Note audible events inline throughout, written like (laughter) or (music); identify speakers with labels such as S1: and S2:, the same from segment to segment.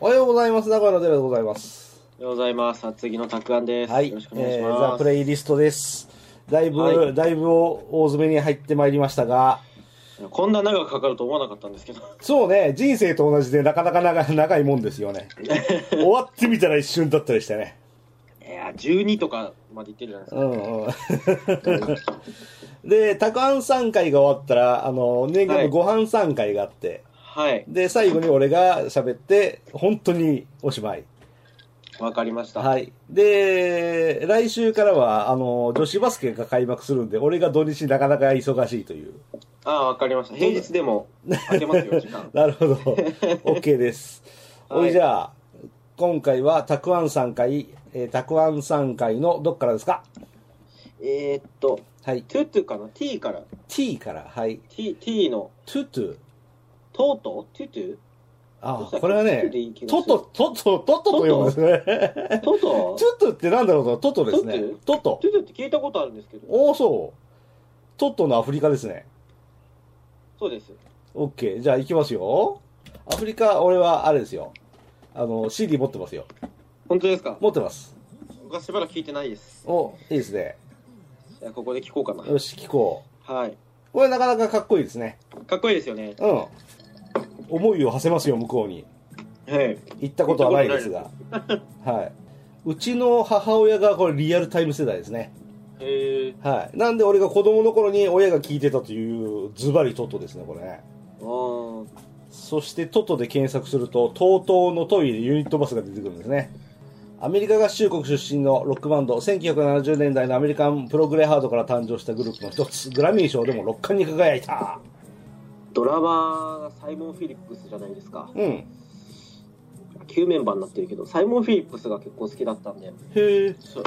S1: おはようございます。中野寺でございます。
S2: おはようございます。厚木のたくあんです。
S1: はい。
S2: よろしくお願いし
S1: えー
S2: ま
S1: ザ・
S2: す。
S1: プレイリストです。だいぶ、
S2: はい
S1: だいぶ大詰めに入ってまいりましたが、
S2: こんな長くかかると思わなかったんですけど。
S1: そうね、人生と同じでなかなか長い長いもんですよ
S2: (laughs)
S1: ね。終わってみたら一瞬だったりしてね。
S2: いや、12とかまでいってるじゃないで
S1: うんうん。で、たくあん3回が終わったら、あの、年間のご飯3回があって、
S2: すか。はい。
S1: で、最後に俺が喋って、本当におしまい。
S2: わかりました。
S1: はい。で、来週からは、あの、女子バスケが開幕するんで、俺が土日なかなか忙しいという。
S2: ああ、わかりました。平日でも開けますよ、時
S1: (laughs)。
S2: 間
S1: なるほど。OK です。
S2: は
S1: お
S2: い
S1: いじゃあ、今回は、たくあん3回、えー、たくあん3回のどっからですか
S2: えーっと、
S1: はい。
S2: トゥトゥかな ?t から。
S1: t から、はい。
S2: t、t の、
S1: トゥトゥ。
S2: トートトゥトゥ
S1: ああ、これはね、ト
S2: ト
S1: ト、トト、トトと呼ぶんですね。
S2: ト
S1: (laughs)
S2: ート
S1: トゥトゥってなんだろうと、トトですね。トト
S2: ト。ゥトゥって聞いたことあるんですけど。
S1: おお、そう。トトのアフリカですね。
S2: そうです。
S1: オッケー。じゃあ行きますよ。アフリカ、俺はあれですよ。あの、CD 持ってますよ。
S2: 本当ですか
S1: 持ってます。
S2: 僕はしばらく聞いてないです。
S1: お、いいですね。
S2: いやここで聞こうかな。
S1: よし、聞こ
S2: はい。
S1: う。これなかなかかっこいいですね。
S2: かっこいいですよね。
S1: うん。思いを馳せますよ、向こうに。
S2: はい。
S1: 行ったことはないですが。はい。うちの母親がこれリアルタイム世代ですね。
S2: えー、
S1: はい。なんで俺が子供の頃に親が聞いてたというズバリトトですね、これね。
S2: あー。
S1: そしてトトで検索すると TOTO のトイレユニットバスが出てくるんですねアメリカ合衆国出身のロックバンド1970年代のアメリカンプログレハードから誕生したグループの一つグラミー賞でも6冠に輝いた
S2: ドラマがサイモン・フィリップスじゃないですか
S1: うん
S2: 旧メンバーになってるけどサイモン・フィリップスが結構好きだったんで
S1: へえうん
S2: そ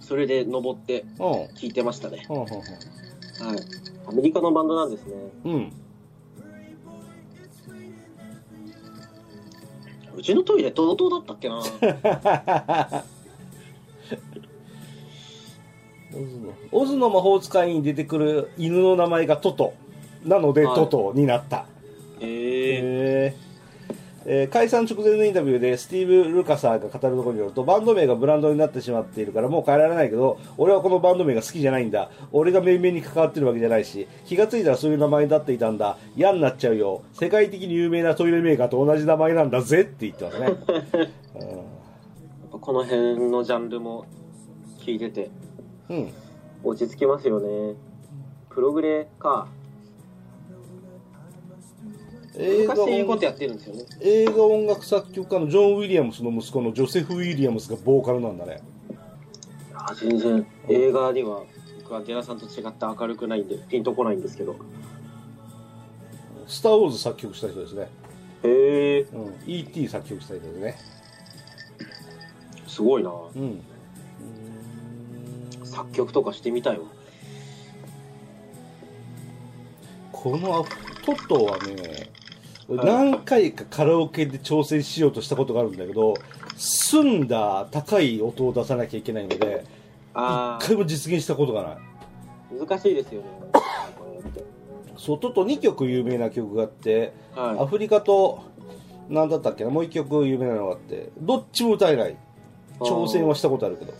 S2: それで登って
S1: ほ
S2: 聞いてましたね
S1: うほうほ
S2: はいアメリカのバンドなんですね
S1: ううん
S2: うちのトイレ同等だったっけ (laughs) な
S1: オズのオズの魔法使いに出てくる犬の名前がトトなので
S2: はい
S1: トトになった
S2: ええ
S1: へーえー解散直前のインタビューでスティーブ・ルカサーが語るところによるとバンド名がブランドになってしまっているからもう変えられないけど俺はこのバンド名が好きじゃないんだ俺が命名に関わってるわけじゃないし気がついたらそういう名前になっていたんだ嫌になっちゃうよ世界的に有名なトイレメーカーと同じ名前なんだぜって言ってますね、
S2: この辺のジャンルも聞いてて
S1: うん、うん
S2: 落ち着きますよねプログレか
S1: 映画
S2: 昔英語
S1: 音
S2: ってやってるんですよね
S1: 映画音楽作曲家のジョン・ウィリアムスの息子のジョセフ・ウィリアムスがボーカルなんだね
S2: あ全然映画には僕はデラさんと違って明るくないんでピンとこないんですけど
S1: 「スター・ウォーズ」作曲した人ですね、
S2: へえ
S1: うん、E.T. 作曲した人ですね
S2: すごいな
S1: うん
S2: 作曲とかしてみたいわ
S1: このアフトトはね、
S2: はい
S1: 何回かカラオケで挑戦しようとしたことがあるんだけど澄んだ高い音を出さなきゃいけないので
S2: あ
S1: 一回も実現したことがない
S2: ー難しいですよねこれって
S1: そうトト2曲有名な曲があってア
S2: は
S1: フリカと何だったっけなもう1曲有名なのがあってどっちも歌えない挑戦はしたことあるけど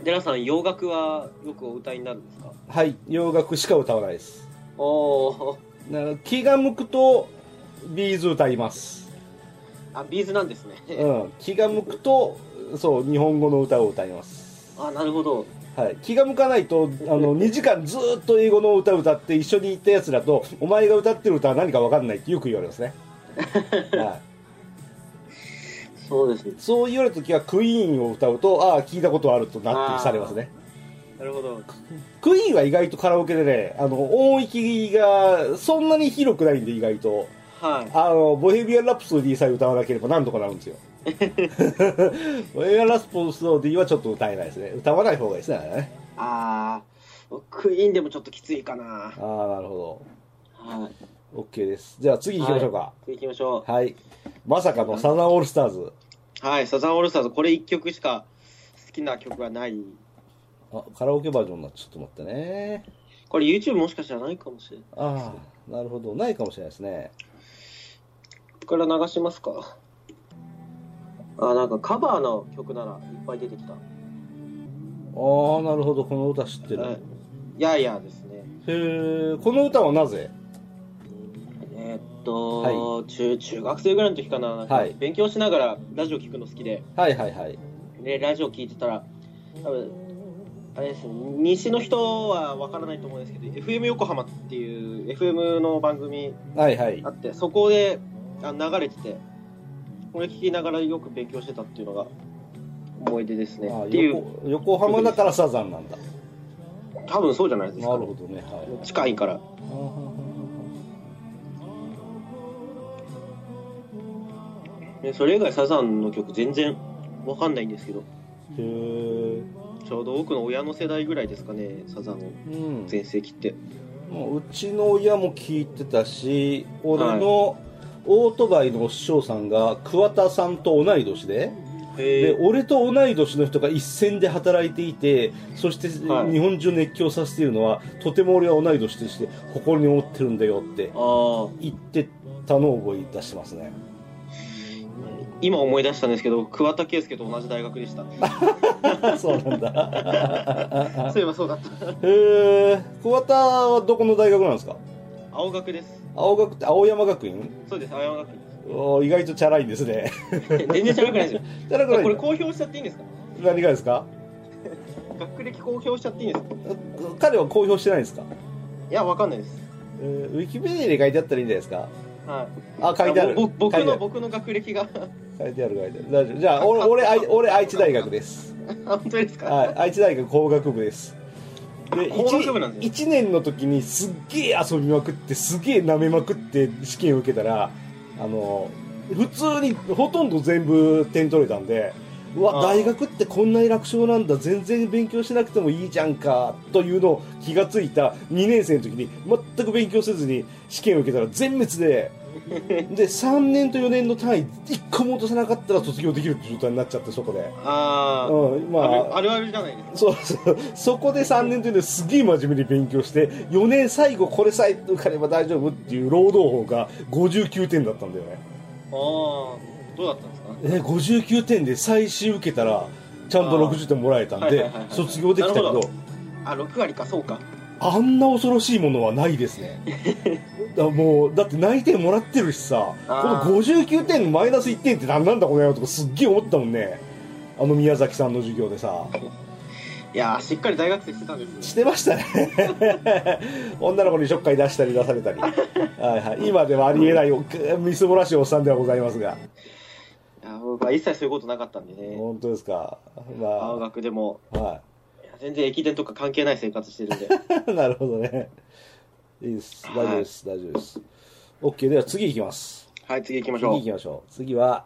S2: いデラさん洋楽はよくお歌いになるんですか
S1: はい洋楽しか歌わないです
S2: おお
S1: だから気が向くとビーズ歌います
S2: あビーズなんですね
S1: うん、気が向くとそう日本語の歌を歌います、
S2: あなるほど
S1: はい、気が向かないとあの2時間ずーっと英語の歌を歌って一緒に行ったやつらと「お前が歌ってる歌は何か分かんない」ってよく言われますね、はい、
S2: そうですね
S1: そう言われた時はクイーンを歌うとああ聞いたことあるとなってされますね
S2: なるほど
S1: クイーンは意外とカラオケでねあの音域がそんなに広くないんで意外と
S2: はい
S1: あのボヘミアン・ラプソディさえ歌わなければなんとかなるんですよボヘミアン・ラプソディはちょっと歌えないですね歌わない方がいいですねあれね
S2: あークイーンでもちょっときついかな
S1: ああなるほ
S2: は
S1: ど OK ですじゃあ次行きましょうか
S2: い行きましょ
S1: はい、まさかのサザンオールスターズ
S2: うはいサザンオールスターズこれ1曲しか好きな曲がない
S1: あカラオケバージョンになっちょっと待ってね
S2: これ YouTube もしかしたらないかもしれない
S1: ああなるほどないかもしれないですね
S2: これから流しますかあなんかカバーの曲ならいっぱい出てきた
S1: あ
S2: 「
S1: あなるほどこの歌知ってる、
S2: はいやいや」ですね
S1: へえこの歌はなぜ
S2: えーっと、中中学生ぐらいの時かななんか
S1: はい
S2: 勉強しながらラジオ聞くの好きで
S1: はいはいはい
S2: でラジオ聞いてたら多分あれですね西の人はわからないと思うんですけど FM 横浜っていう FM の番組
S1: はいはい
S2: あってそこであ流れててこれ聞きながらよく勉強してたっていうのが思い出ですね
S1: あ
S2: っていう
S1: 横横浜だからサザンなんだ
S2: 多分そうじゃないで
S1: な
S2: すか
S1: るほどねはい
S2: 近いからねそれ以外サザンの曲全然わかんないんですけど
S1: へえ
S2: ちょうど僕の親の世代ぐらいですかねサザンの
S1: うん
S2: 全盛期って
S1: もううちの親も聞いてたし俺のオートバイのお師匠さんが桑田さんと同い年で
S2: へ
S1: で
S2: え
S1: 俺と同い年の人が一線で働いていてそして日
S2: はい
S1: 本中を熱狂させているのは、とても俺は同い年として誇りに思ってるんだよって
S2: ああ
S1: 言ってたのを覚え出してますね (laughs)
S2: 今思い出したんですけど桑田佳祐と同じ大学でした (laughs)
S1: そうなんだ
S2: そういえばそうだった
S1: へえ桑田はどこの大学なんですか
S2: 青学です
S1: 青学って青山学院
S2: そうです青山 (laughs) 学院で
S1: おー意外とチャラいんですね (laughs)
S2: す全然知らなくないですよ
S1: チャラくない
S2: これ公表しちゃっていいんですか
S1: 何がですか
S2: 学歴公表しちゃっていいんですか
S1: 彼は公表してないんですか、
S2: いやわかんないです
S1: えーウィキペディアに書いてあったらいいんじゃないですか
S2: はい
S1: あ書いてある
S2: ぼ僕
S1: 書いてあ
S2: の
S1: る
S2: 僕の学歴が (laughs)
S1: 書いてある書いてある大丈夫じゃあ俺俺愛俺愛知大学です、
S2: あ本当ですか、
S1: はい、愛知大学工学部ですで
S2: 工学部なんです
S1: 1,
S2: ね
S1: 年の時にすっげえ遊びまくってすげえ舐めまくって試験を受けたらあの普通にほとんど全部点取れたんでうわ
S2: あー
S1: 大学ってこんなに楽勝なんだ全然勉強しなくてもいいじゃんかというのを気がついた2年生の時に全く勉強せずに試験を受けたら全滅
S2: (laughs)
S1: でで3年と4年の単位1個も落とさなかったら卒業できるって状態になっちゃってそこで、
S2: あー
S1: うん、ま
S2: ある
S1: あ
S2: あるあるじゃないですか
S1: そうそうそこで3年というのはすげえ真面目に勉強して4年最後これさえ受かれば大丈夫っていう労働法が59点だったんだよね
S2: ああどうだったんですか
S1: え59点で最終受けたらちゃんと
S2: あー
S1: 60点もらえたん
S2: はいは
S1: で
S2: いはいはい
S1: 卒業できたけ
S2: なるほ
S1: ど
S2: あ6割かそうか
S1: あんな恐ろしいものはないですねだもうだって内定もらってるしさこの
S2: あー
S1: 59点のマイナス1点って何なんだこの野郎とかすっげえ思ったもんねあの宮崎さんの授業でさ
S2: いやーしっかり大学生してたんですね
S1: してましたね女の子にちょっかい出したり出されたりはい、はい、今ではありえないおみすぼらしいおっさんではございますが
S2: いやー僕は一切そういうことなかったんでね
S1: 本当ですか
S2: 青
S1: ま
S2: 学でも
S1: あ、はい
S2: や全然駅伝とか関係ない生活してるんで
S1: い、 (laughs) なるほどねいいです大丈夫です大丈夫です OK では次行きます
S2: はい次行きまし
S1: 次
S2: ょ
S1: 行きましょう次は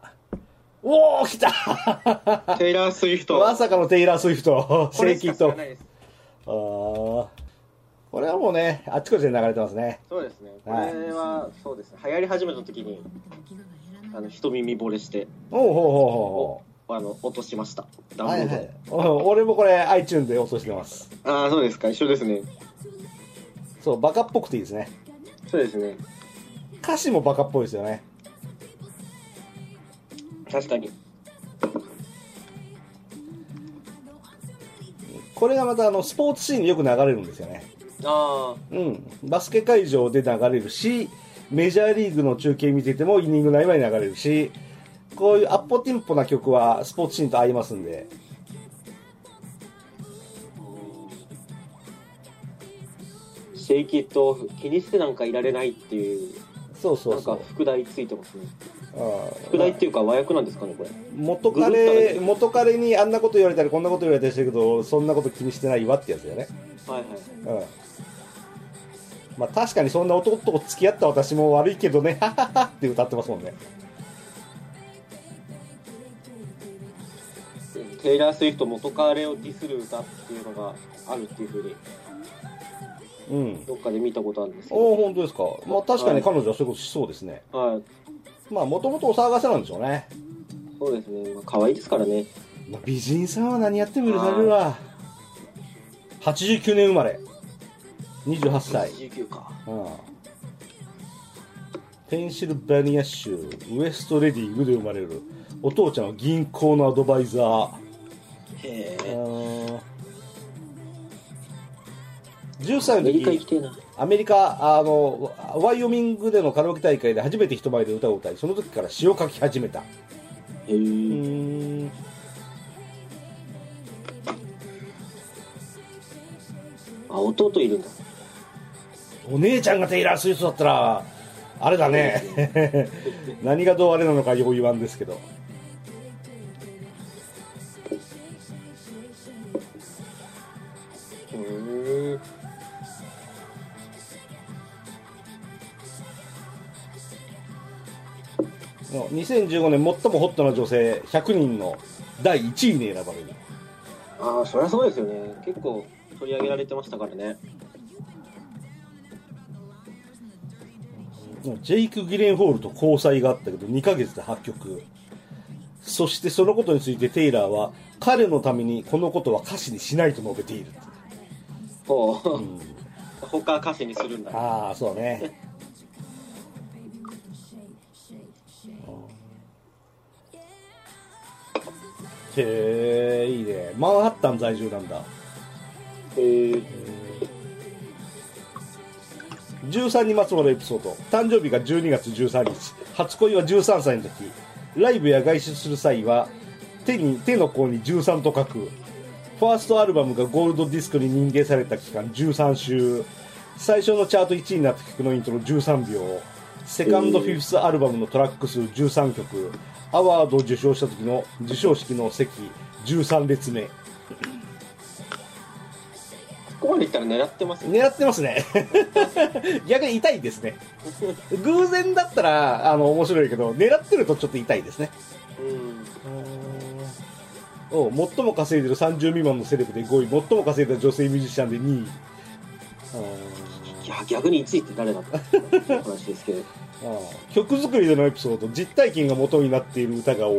S1: おお来た
S2: うテイラー・スウィフト
S1: まさかのテイラー・スウィフト
S2: こ
S1: 正
S2: れしか
S1: 規
S2: 知ら
S1: と
S2: ないです
S1: あーこれはもうねあっちこっちで流れてますね
S2: そうですねこ
S1: はい
S2: れはそうですね流行り始めた時にあの一耳惚れして
S1: おうほうほうほうほう
S2: あの落としましたダウン
S1: は
S2: ロ
S1: い
S2: ード、
S1: はい、お俺もこれ iTune で落としてます
S2: ああそうですか一緒ですね
S1: そうバカっぽくていいですね
S2: そうですね
S1: 歌詞もバカっぽいですよね
S2: 確かに
S1: これがまたあのスポーツシーンによく流れるんですよね
S2: あ
S1: うんバスケ会場で流れるしメジャーリーグの中継見ててもイニングの合間に流れるしこういうアッポティンポな曲はスポーツシーンと合いますんで
S2: あシェイキットオフ気にしてなんかいられないっていう
S1: そうそうそ
S2: なん
S1: う
S2: か副題ついてますね
S1: あー
S2: 副題っていうか和訳なんですかねこれ
S1: 元
S2: ググったら
S1: 彼
S2: ね
S1: 元彼にあんなこと言われたりこんなこと言われたりしてるけどそんなこと気にしてないわってやつだよね
S2: はいはい
S1: うんまあ確かにそんな男と付き合った私も悪いけどね、 (laughs) はははって歌ってますもんね。
S2: テイラー・スウィフト元カレをディスる歌っていうのがあるっていうふうに
S1: うん。
S2: どっかで見たことあるんですけ
S1: おお
S2: ど
S1: 本当ですか。まあ確かに彼女はそういうことしそうですね。
S2: はい
S1: まあもともとお騒がせなんでしょうね。
S2: そうですね、まあ、可愛いですからね
S1: まあ、美人さんは何やっても許されるわ。89年生まれ。28歳。
S2: 19か
S1: うん。ペンシルベニア州ウエストレディングで生まれるお父ちゃんは銀行のアドバイザー
S2: へ
S1: あ
S2: え
S1: ー
S2: ア
S1: 13
S2: メ
S1: の
S2: リカ
S1: 時
S2: 行きてえな
S1: アメリカあのワイオミングでのカラオケ大会で初めて人前で歌を歌いその時から詩を書き始めた
S2: へ
S1: う
S2: え
S1: ーん
S2: あ弟いるんだ
S1: お姉ちゃんがテイラー・スウィフトだったらあれだ (laughs) ね何がどうあれなのかよう言わんですけど
S2: うーん
S1: 2015年最もホットな女性100人の第1位に選ばれる
S2: ああそりゃそうですよね結構取り上げられてましたからね
S1: ジェイク・ギレンホールと交際があったけど2ヶ月で破局そしてそのことについてテイラーは彼のためにこのことは歌詞にしないと述べている、
S2: ほう、
S1: うん、
S2: 他歌詞にするんだ
S1: ああそうねへえいいねマンハッタン在住なんだ
S2: へえ
S1: 13にまつわるエピソード誕生日が12月13日初恋は13歳の時ライブや外出する際は手に手の甲に13と書くファーストアルバムがゴールドディスクに認定された期間13週最初のチャート1位になった曲のイントロ13秒セカンドフィフスアルバムのトラック数13曲アワードを受賞した時の受賞式の席13列目
S2: ここまでいったら狙ってますね
S1: 狙ってますね (laughs) 逆に痛いですね偶然だったらあの面白いけど狙ってるとちょっと痛いですね
S2: うん
S1: お最も稼いでる30未満のセレブで5位最も稼いだ女性ミュージシャンで2位
S2: いや逆に1位って誰だったっていう話ですけど
S1: あーあー曲作りでのエピソード実体験が元になっている歌が多い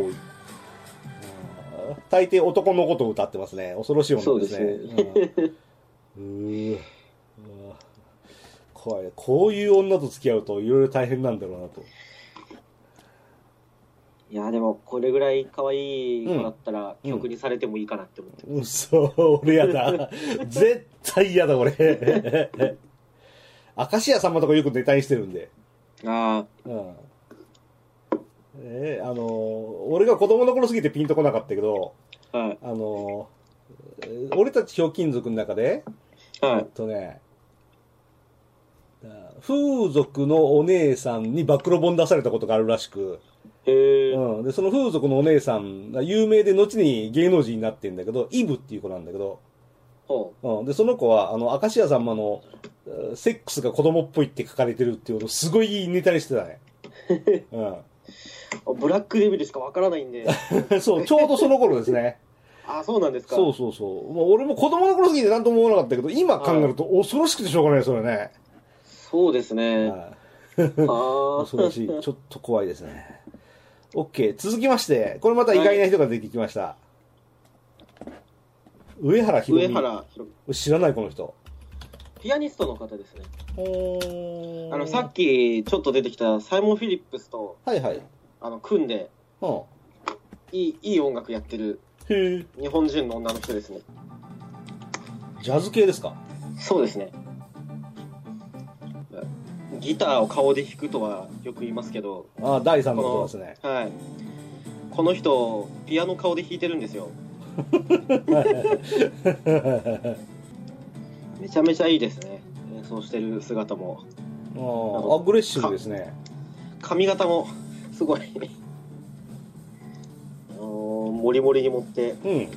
S1: あー大抵男のことを歌ってますね恐ろしい女ですね
S2: そうで
S1: うんうーうわ怖いこういう女と付き合うといろいろ大変なんだろうなと
S2: (laughs) いやでもこれぐらい可愛い子だったら曲にされてもいいかなって思って、
S1: 嘘、俺やだ。絶対やだ、俺。明石家さんまとかよくネタにしてるんで。
S2: ああ
S1: うん。えーあのー俺が子供の頃すぎてピンとこなかったけど、
S2: はい
S1: あのーえー俺たちひょうきん族の中で、
S2: は
S1: えっとね、あ風俗のお姉さんに暴露本出されたことがあるらしく、
S2: いへえ、
S1: うん、でその風俗のお姉さんが有名で後に芸能人になってんだけど、イブっていう子なんだけど、
S2: ほ
S1: うん、でその子はあの明石家さんまのえー「セックスが子供っぽい」って書かれてるっていうことをすごいネタにしてたね、う
S2: うブラックデビルしかわからない
S1: (laughs)
S2: んで
S1: ん、そうちょうどその頃ですね
S2: ああそうなんですか
S1: そうそうそう、まあ、俺も子供の頃すぎて何とも思わなかったけど今考えると恐ろしくてしょうがないそれね、
S2: そうですねあ
S1: はい
S2: あ
S1: 恐
S2: (laughs)
S1: ろしいちょっと怖いですね OK 続きましてこれまた意外な人が出てきました、上原ひろ
S2: 上
S1: み
S2: 原ひろみ
S1: 知らないこの人
S2: ピアニストの方ですねあ
S1: あ
S2: のさっきちょっと出てきたサイモン・フィリップスと
S1: はいはい
S2: あの組んで
S1: うん
S2: いいいい音楽やってる
S1: へえ
S2: 日本人の女の人ですね
S1: ジャズ系ですか
S2: そうですねギターを顔で弾くとはよく言いますけど
S1: ああ第3のことです
S2: (laughs)
S1: ね。 (laughs)
S2: はいこの人ピアノ顔で弾いてるんですよめちゃめちゃいいですね演奏してる姿も
S1: ああアグレッシブですね。
S2: 髪型もすごいあのーモリモリに持って
S1: うん。うん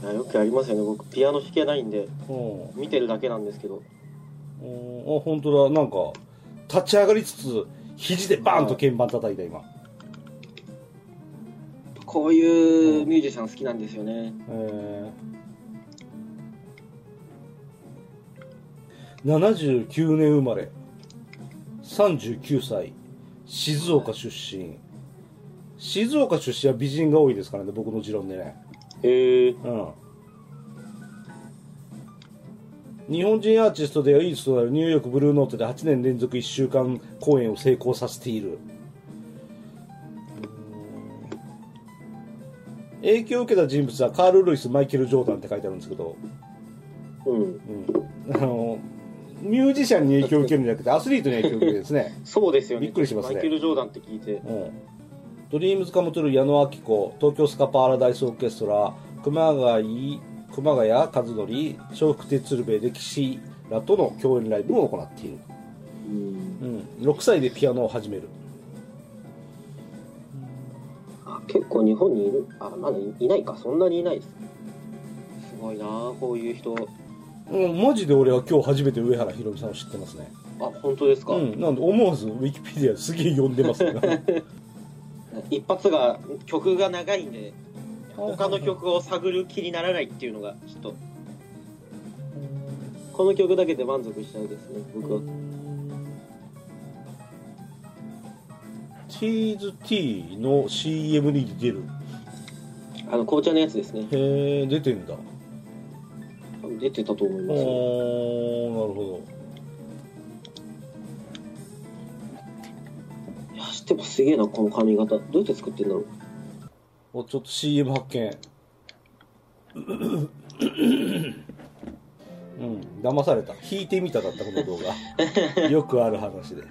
S2: いやよくありますよね僕ピアノ弾けないんで
S1: お
S2: 見てるだけなんですけど
S1: ー。あ本当だなんか立ち上がりつつ肘でバーンと鍵盤叩いた今。
S2: こういうミュージシャン好きなんですよね
S1: えー、79年生まれ39歳静岡出身静岡出身は美人が多いですからね僕の持論でね
S2: へえ
S1: うん日本人アーティストで唯一となるニューヨークブルーノートで8年連続1週間公演を成功させている影響を受けた人物はカール・ルイス・マイケル・ジョーダンって書いてあるんですけど、
S2: うん、
S1: うん、あのミュージシャンに影響を受けるんじゃなくてアスリートに影響を受けるんですね
S2: そうですよね
S1: びっくりしますね
S2: マイケル・ジョーダンって聞いて
S1: うんドリームズカムトゥルー矢野明子東京スカパーラダイスオーケストラ熊谷熊谷和則笑福哲鶴瓶歴史らとの共演ライブを行っている、
S2: うん
S1: うん、6歳でピアノを始める
S2: あ結構日本にいるあまだいいないかそんなにいないですすごいなあこういう人
S1: うん、マジで俺は今日初めて上原ひろみさんを知ってますね
S2: あ本当ですか、
S1: うんなんで思わずウィキペディアすげえ読んでます (laughs) ね
S2: 一発が曲が長いんで
S1: はいはい
S2: 他の曲を探る気にならないっていうのがちょっとこの曲だけで満足しちゃうですね僕は
S1: チーズティーの CM に出る
S2: あの紅茶のやつですね
S1: へえ出てんだ
S2: 出てたと思い
S1: お
S2: ますよ
S1: ーなるほ
S2: いや知ってもすげえなこの髪型どうやって作ってんだろう
S1: どおちょっと CM 発見うん騙された引いてみただったこの動画よくある話で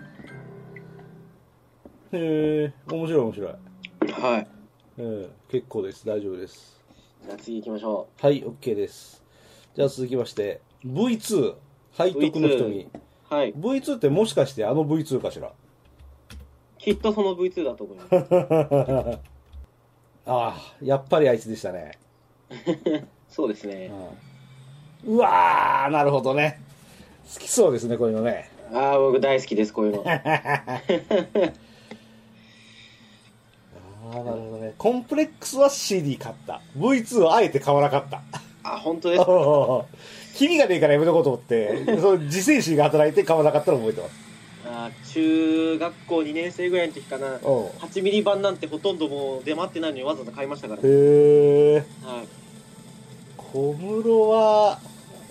S1: へえ面白い面白い、
S2: はい
S1: えー結構です大丈夫です
S2: じゃあ次行きましょ
S1: はい、OK です。じゃあ続きまして、V2、背徳の瞳。
S2: うはい
S1: V2 ってもしかしてあの V2 かしら
S2: きっとその V2 だと思い (laughs) ます
S1: (laughs) ああ、やっぱりあいつでしたね。
S2: そうですね
S1: うんうわー、なるほどね。好きそうですね、こういうのね。
S2: ああ僕大好きですこういうの
S1: ああ、なるほどね。コンプレックスは CD 買った。V2 はあえて買わなかった。
S2: (laughs) あ本当ですか
S1: (laughs) 君がねえからやめとこうと思って、その自制心が働いて買わなかったのを覚えてます。
S2: あー中学校2年生ぐらいの時かな
S1: うん
S2: 8ミリ版なんてほとんどもう出回ってないのにわざわざ買いましたから、はい、
S1: へえ。小室は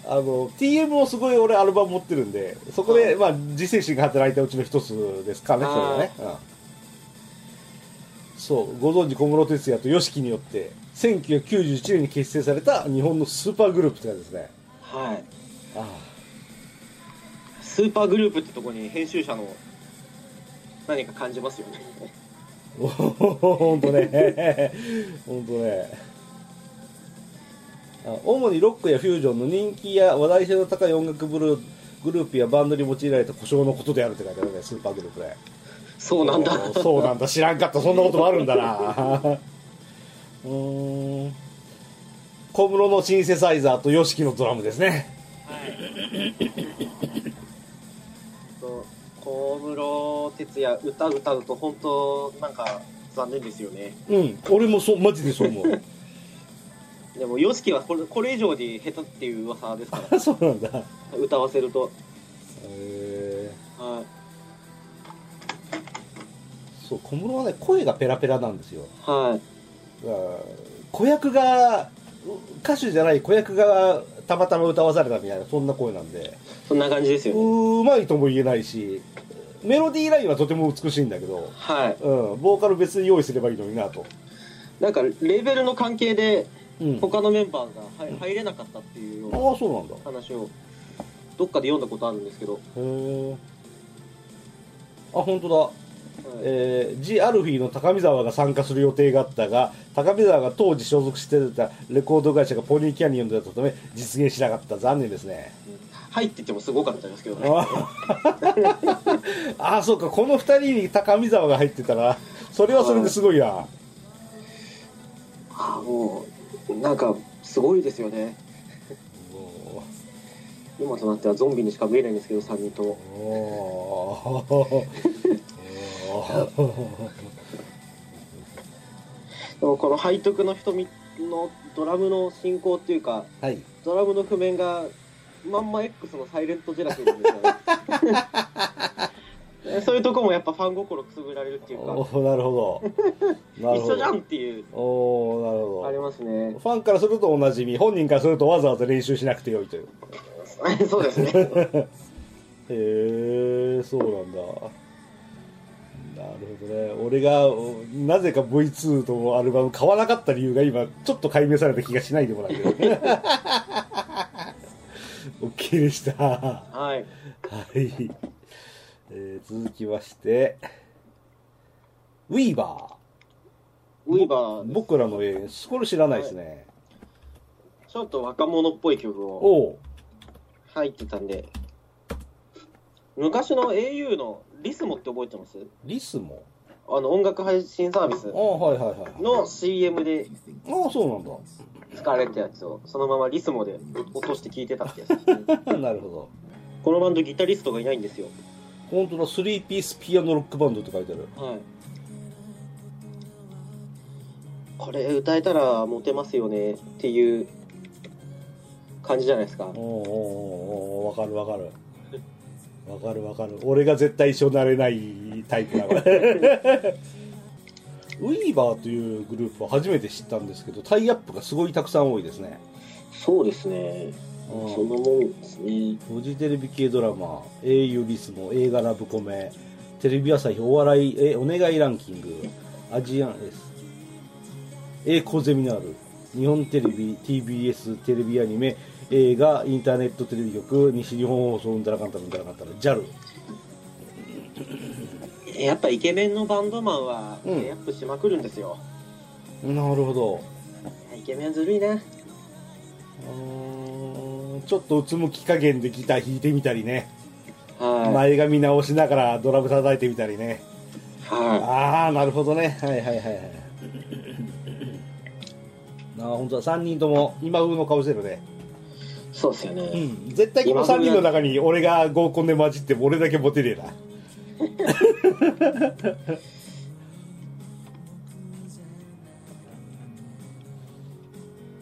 S1: あの TM をすごい俺アルバム持ってるんでそこで、まあ、自制心が働いたうちの一つですからねそれはね、うんそうご存知小室哲哉と YOSHIKI によって1991年に結成された日本のスーパーグループって感じですね
S2: はい、
S1: あ
S2: スーパーグループってとこに編集者の何か感じますよね
S1: あ本当ね本当ねあ主にロックやフュージョンの人気や話題性の高い音楽ブルーグループやバンドに用いられた故障のことであるって書いてあるねスーパーグループで、
S2: (laughs) そうなんだ
S1: おーそうなんだ知らんかったそんなこともあるんだなうーん小室のシンセサイザーと YOSHIKI のドラムですね
S2: そう小室哲哉歌歌うと本当なんか残念ですよね
S1: うん俺もそうマジでそう思う
S2: でも YOSHIKI はこれこれ以上に下手っていう噂です
S1: (laughs)
S2: か
S1: そうなんだへ
S2: ら歌わせると、
S1: え
S2: はい、
S1: そう小室はね声がペラペラなんですよ
S2: はい、
S1: だから子役が歌手じゃない子役がたまたま歌わされたみたいなそんな声なんで
S2: そんな感じですよね
S1: うまいとも言えないしメロディーラインはとても美しいんだけど、
S2: はい
S1: うん、ボーカル別に用意すればいいのになと
S2: なんかレベルの関係で
S1: うん、あ
S2: 他のメンバーが入入れなかったっていうよう
S1: あ
S2: な
S1: そうなんだへ
S2: 話をどっかで読んだことあるんですけど、
S1: えあ本当だ
S2: はい
S1: えー、ジ・アルフィーの高見沢が参加する予定があったが高見沢が当時所属していたレコード会社がポニーキャニオンだったため実現しなかった残念ですね
S2: 入っててもすごかったですけどね
S1: あ (laughs) あそうかこの2人に高見沢が入ってたらそれはそれですごいな
S2: ああもうなんかすごいですよね今となってはゾンビにしか見えないんですけど3人とも
S1: おおー
S2: でもこの背徳の瞳のドラムの進行っていうか
S1: はい
S2: ドラムの譜面がまんま X のサイレントジェラテンみたい
S1: (laughs)
S2: なそういうとこもやっぱファン心くすぐられるっていう
S1: お
S2: か
S1: ーなるほどなる
S2: 一
S1: ほ
S2: 緒じゃ
S1: ど
S2: んっていう
S1: おおなるほど
S2: ありますね
S1: ファンからするとおなじみ、本人からするとわざわざ練習しなくてよいという。
S2: そうで
S1: (laughs)
S2: すね。
S1: へえそうなんだなるほどね俺がおなぜか V2 とアルバム買わなかった理由が今ちょっと解明された気がしないでもないけど (laughs) OK でしたは
S2: はい。
S1: い、えー続きましてウィーバ
S2: ウィーバ
S1: ー
S2: ー、
S1: 僕らの映画これ知らないですね、
S2: ちょっと若者っぽい曲を
S1: おう
S2: 入ってたんで、昔の au のリスモって覚えてます
S1: リスも
S2: あの音楽配信サービス
S1: ああはいはいはい
S2: の CM で
S1: ああそうなんだ
S2: 使われたやつを、そのままリスモで落として聴いてたってやつですね。 (laughs)
S1: (laughs) なるほど
S2: このバンドギタリストがいないんですよ。
S1: 本当だスリーピースピアノロックバンドって書いてある
S2: はい。これ歌えたらモテますよねっていう感じじゃないですか
S1: お。うおうおうおうわかるわかるわかるわかる俺が絶対一緒になれないタイプ (laughs) だからウィーバーというグループは初めて知ったんですけどタイアップがすごいたくさん多いですね、
S2: そうですね。そ
S1: うん
S2: のもんですね。
S1: フジテレビ系ドラマ「英雄リスモ」映画「ラブコメ」テレビ朝日お笑いえお願いランキングアジアン S 英語ゼミナール日本テレビ TBS テレビアニメ映画インターネットテレビ局西日本放送うんたらかんたらうんたらかんたら JAL
S2: やっぱイケメンのバンドマンは、
S1: うん
S2: レイアップしまくるんですよ。
S1: なるほど
S2: イケメンずるいな。
S1: うーんちょっとうつむき加減でギター弾いてみたりね
S2: は
S1: 前髪直しながらドラム叩いてみたりね
S2: い。は
S1: ああなるほどねはいはいはいはいああ本当だ3人とも今風の顔してるね、
S2: い。そうですよ
S1: う
S2: ね。
S1: ん、絶対この3人の中に俺が合コンで混じっても俺だけモテねえ (laughs) な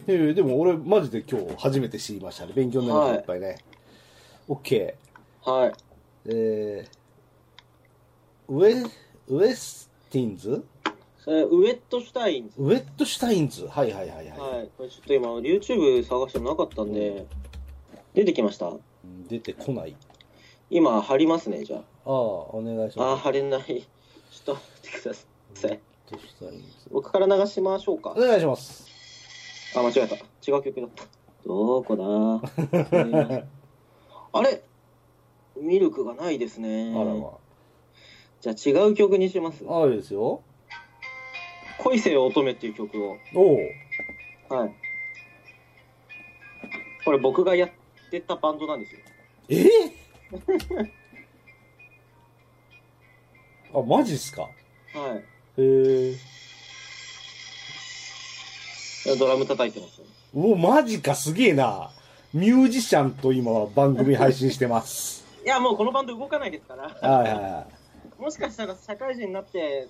S1: えーでも俺マジで今日初めて知りましたね勉強になりましたいっぱいね、OK
S2: はい。
S1: えー、ウェウェスティンズ
S2: それウエットシュタインズ。
S1: ウェットシュタインズはいはいはいはい、
S2: はい。これちょっと今、YouTube 探してもなかったんで、出てきました。
S1: うん出てこない
S2: 今、貼りますね、じゃあ。
S1: ああお願いし
S2: ああ、
S1: ます
S2: 貼れない。ちょっと待ってください。
S1: ウェットシュタインズ
S2: 僕から流しましょうか
S1: お。願いします
S2: あ、間違えた。違う曲だった。どこ
S1: (laughs)
S2: だあれミルクがないです
S1: あ
S2: ね。
S1: らま
S2: じゃあ違う曲にします。
S1: ああいいですよ
S2: 恋せよ乙女っていう曲を。
S1: おお
S2: はい。これ僕がやってたバンドなんですよ。
S1: え (laughs) ーあマジっすか
S2: はい
S1: へえ。
S2: ドラム叩いてます。
S1: うおマジかすげえなミュージシャンと今は番組配信してます
S2: いや、もうこのバンド動かないですから。
S1: (laughs)
S2: (laughs)
S1: はいはいはい
S2: もしかしたら社会人になって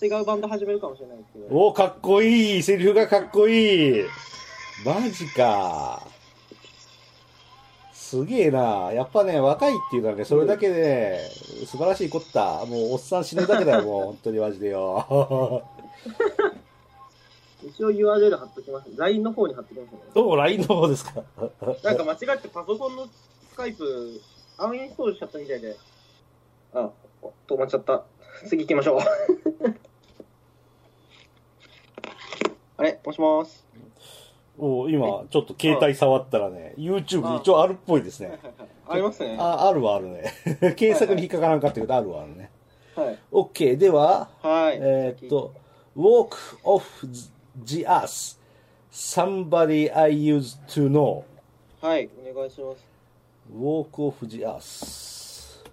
S2: 違うバンド始めるかもしれないですけど。
S1: おかっこいいセリフがかっこいいマジかすげえなやっぱね若いっていうのはねそれだけでね、素晴らしいこったもうおっさん死ぬだけ (laughs) だよもう本当にマジでよ
S2: 一応 URL 貼っときます。LINE の方に貼っときますね。
S1: (laughs) どうも LINE の方ですか
S2: なんか間違ってパソコンのスカイプ、アンインストールしちゃったみたいで。あ、止まっちゃった。次行きましょう。 (laughs) あれもしもーし。
S1: お今ちょっと携帯触ったらね YouTube に一応あるっぽいですね
S2: ありますね。は
S1: ああるはあるね (laughs) 検索に引っかからんかったけどあるはあるね
S2: い。
S1: OK では
S2: はい。
S1: えーっと、Walk of the Earth Somebody I Used to Know
S2: はい、お願いします。
S1: Walk of the Earth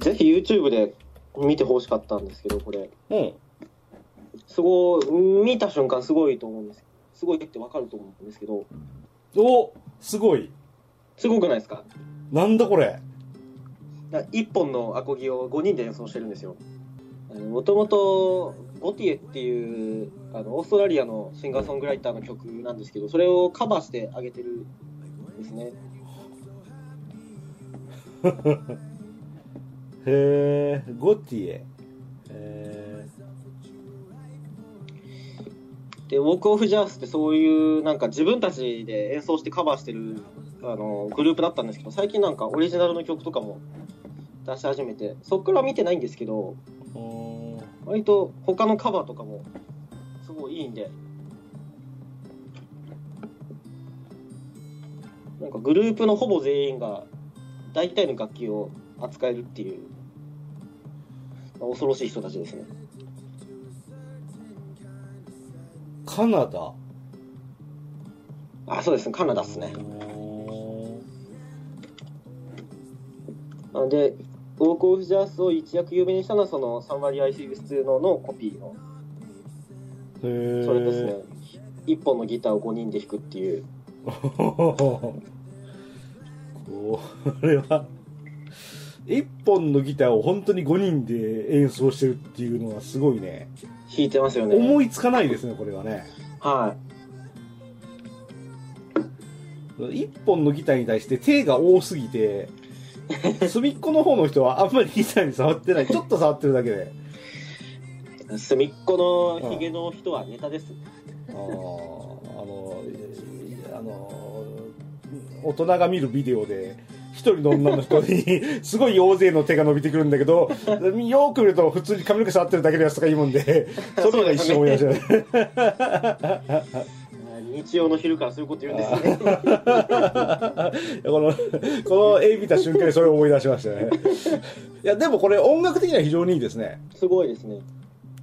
S2: ぜひ YouTube で見てほしかったんですけど、これ。
S1: うん
S2: すごい、見た瞬間すごいと思うんです。すごいってわかると思うんですけど、
S1: おすごい
S2: すごくないですか
S1: なんだこれ
S2: だから一本のアコギを5人で演奏してるんですよもともとゴティエっていうあのオーストラリアのシンガーソングライターの曲なんですけどそれをカバーしてあげてるんですね
S1: へえゴティエえ
S2: で「ウォーク・オフ・ジャース」ってそういうなんか自分たちで演奏してカバーしてるあのグループだったんですけど最近なんかオリジナルの曲とかも出し始めてそっから見てないんですけど
S1: うん
S2: 割と他のカバーとかもすごいいいんでなんかグループのほぼ全員が大体の楽器を扱えるっていう、まあ恐ろしい人たちですね
S1: カナダ
S2: あそうですねカナダっすね
S1: うん
S2: なので、ウォーク・オフ・ジャースを一躍有名にしたのは、そのサンマリアイシービス2ののコピーの、
S1: へえ
S2: それですね、一本のギターを5人で弾くっていう、
S1: これは一本のギターを本当に5人で演奏してるっていうのはすごいね
S2: 弾いてますよね。
S1: 思いつかないですねこれはね
S2: はい。
S1: 一本のギターに対して手が多すぎて隅っこの方の人はあんまりギターに触ってないちょっと触ってるだけで
S2: 隅っこのヒゲの人はネタです。
S1: あーあのいやあの大人が見るビデオで一人の女の人にすごい大勢の手が伸びてくるんだけどよく見ると普通に髪の毛触ってるだけのやつとかいいもんでそれが一生思い出しない
S2: 日曜の昼からそういうこと言うんですね。
S1: このこの絵見た瞬間にそれを思い出しましたねいやでもこれ音楽的には非常にいいですね
S2: すごいですね。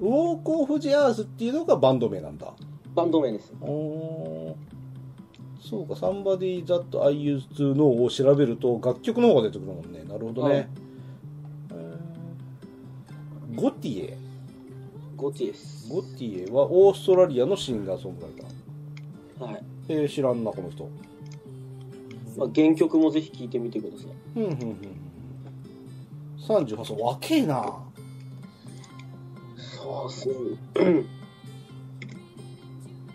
S1: ウォーク・オフ・ジ・アースっていうのがバンド名なんだ
S2: バンド名です。
S1: おーそうか「Somebody That I Used to Know」を調べると楽曲の方が出てくるもんねなるほどね、
S2: はい
S1: えーゴティエ
S2: ゴチです。
S1: ゴティエはオーストラリアのシンガーソングライター
S2: はい。
S1: えー知らんなこの人
S2: まあ、原曲もぜひ聴いてみてください。
S1: うんうんうん38歳若えな
S2: そうですね。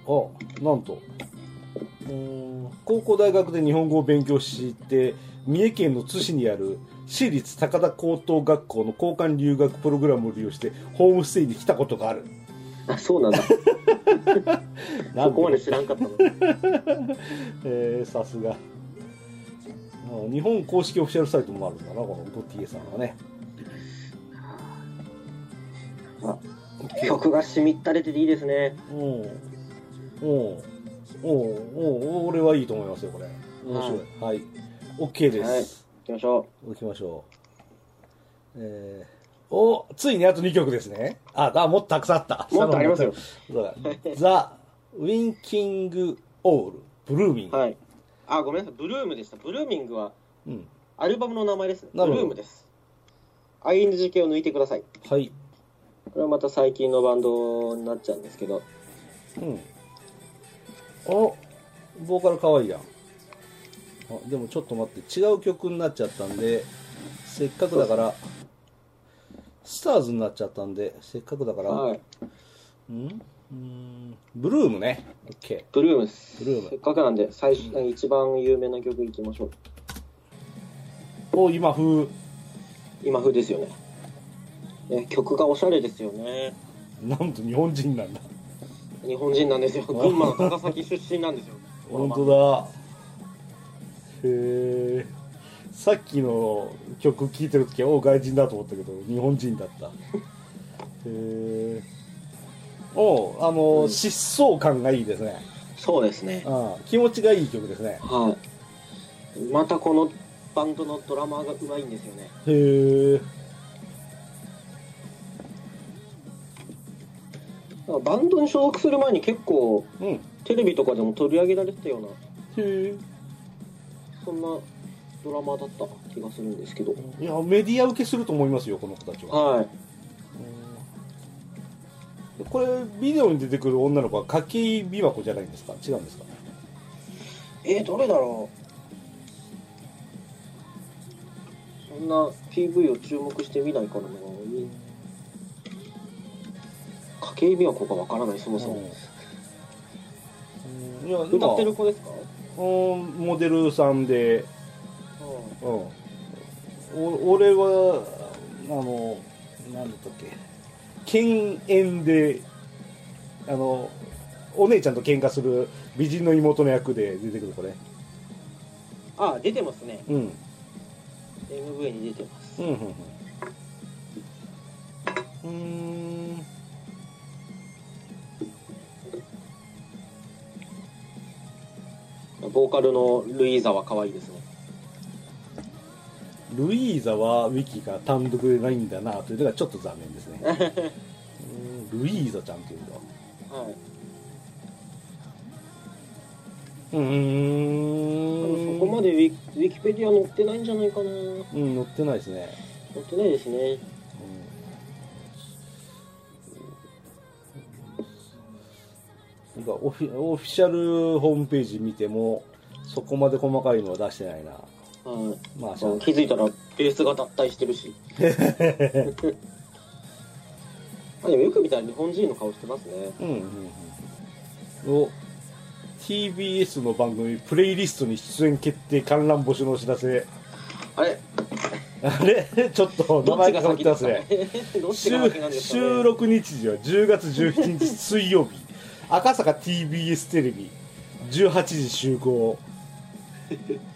S1: あなんとうーん高校大学で日本語を勉強して三重県の津市にある私立高田高等学校の交換留学プログラムを利用してホームステイに来たことがある
S2: あ、そう (laughs) なんだ。
S1: な
S2: そ
S1: ん
S2: こま
S1: で
S2: で知らんか (laughs) ったの。
S1: えーさすがうん日本公式オフィシャルサイトもあるんだなこのゴティエさんはね
S2: 曲がしみったれてていいですね。
S1: うんうんうんうん俺はいいと思いますよこれ面白いはい OK です、
S2: はい行きましょ
S1: 行きましょう。えー、おついにあと2曲ですね。あ、あもっとたくさんあった。
S2: う。もっとありますよ。
S1: そうだ。ザ・ウィンキング・オール・ブルーミング。
S2: はい。あ、ごめんなさい。ブルームでした。ブルーミングは
S1: うん。
S2: アルバムの名前ですね。ブ
S1: なる
S2: ル
S1: ほど
S2: ームです。ING 系を抜いてください。
S1: はい。
S2: これはまた最近のバンドになっちゃうんですけど。
S1: うん。おボーカルかわいいやん。あ、でもちょっと待って、違う曲になっちゃったんで、せっかくだから、スターズになっちゃったんで、せっかくだから、
S2: はい。
S1: うんうーんブルームね。オッケ
S2: ブルームです。
S1: ブルーム
S2: せっかくなんで、最初、一番有名な曲いきましょう。
S1: ー。お、今風。
S2: 今風ですよね。ね曲がおしゃれですよね。
S1: なんと日本人なんだ。
S2: 日本人なんですよ。群馬の高崎出身なんですよ。
S1: 本当だへえさっきの曲聴いてる時はお外人だと思ったけど日本人だったへえおうあの、
S2: うん
S1: 疾走感がいいですね
S2: そうですね。
S1: ああ気持ちがいい曲ですね
S2: はい。またこのバンドのドラマーがうまいんですよね。
S1: へえ
S2: なんかバンドに所属する前に結構
S1: うんへ
S2: テレビとかでも取り上げられてたような
S1: え
S2: そんなドラマーだった気がするんですけど
S1: いやメディア受けすると思いますよこの子たちは
S2: はい
S1: うんこれビデオに出てくる女の子は筧美和子じゃないんですか違うんですか
S2: えー、どれだろうそんな PV を注目してみないからな家計美和子がわからないそもそも、
S1: うんいや
S2: 歌ってる子ですか、
S1: うんモデルさんで、うん、お俺はあのなんだったっけ犬猿であのお姉ちゃんと喧嘩する美人の妹の役で出てくるこれ
S2: あ、出てますね。
S1: うん
S2: MV に出てます。
S1: うんうんうんうーん
S2: ボーカルのルイーザは可愛いですね。
S1: ルイーザはウィキが単独でないんだなというのがちょっと残念ですね (laughs) うーんルイーザちゃんっていうんだ
S2: はい。
S1: うーん
S2: そこまでウィウィキペディア載ってないんじゃないかな。
S1: うん載ってないですね
S2: 載ってないですね。
S1: うんなんかオフィオフィシャルホームページ見てもそこまで細かいのは出してないな
S2: はい。
S1: まあしゃあない
S2: 気づいたらベースが脱退してる (laughs) し。あでもよく見たら日本人の顔してますね。
S1: うんうんうんお TBS の番組プレイリストに出演決定観覧募集のお知らせ
S2: あれ
S1: あれちょっと
S2: どっちが
S1: 変わっ
S2: 先
S1: て
S2: で
S1: ますす
S2: かね
S1: ね
S2: (laughs) どっちが先なん
S1: 収
S2: ですかね
S1: 収録日時は10月17日水曜日赤坂 TBS テレビ18時集合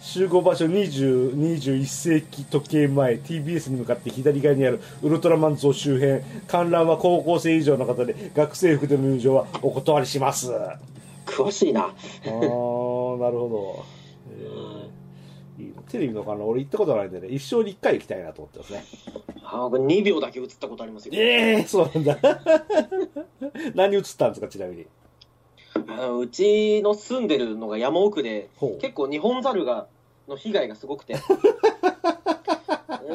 S1: 集合場所20 21世紀時計前 TBS に向かって左側にあるウルトラマン像周辺観覧は高校生以上の方で学生服での入場はお断りしますあ
S2: 詳しいな。
S1: あなるほど、えーいいなテレビの観覧俺行ったことないんでね一生に一回行きたいなと思ってますね
S2: あ僕2秒だけ映ったことありますよ。
S1: ええそうなんだ。 (laughs) 何映ったんですか、ちなみに。
S2: あのうちの住んでるのが山奥で
S1: ほう
S2: 結構ニホンザルがの被害がすご (laughs) くて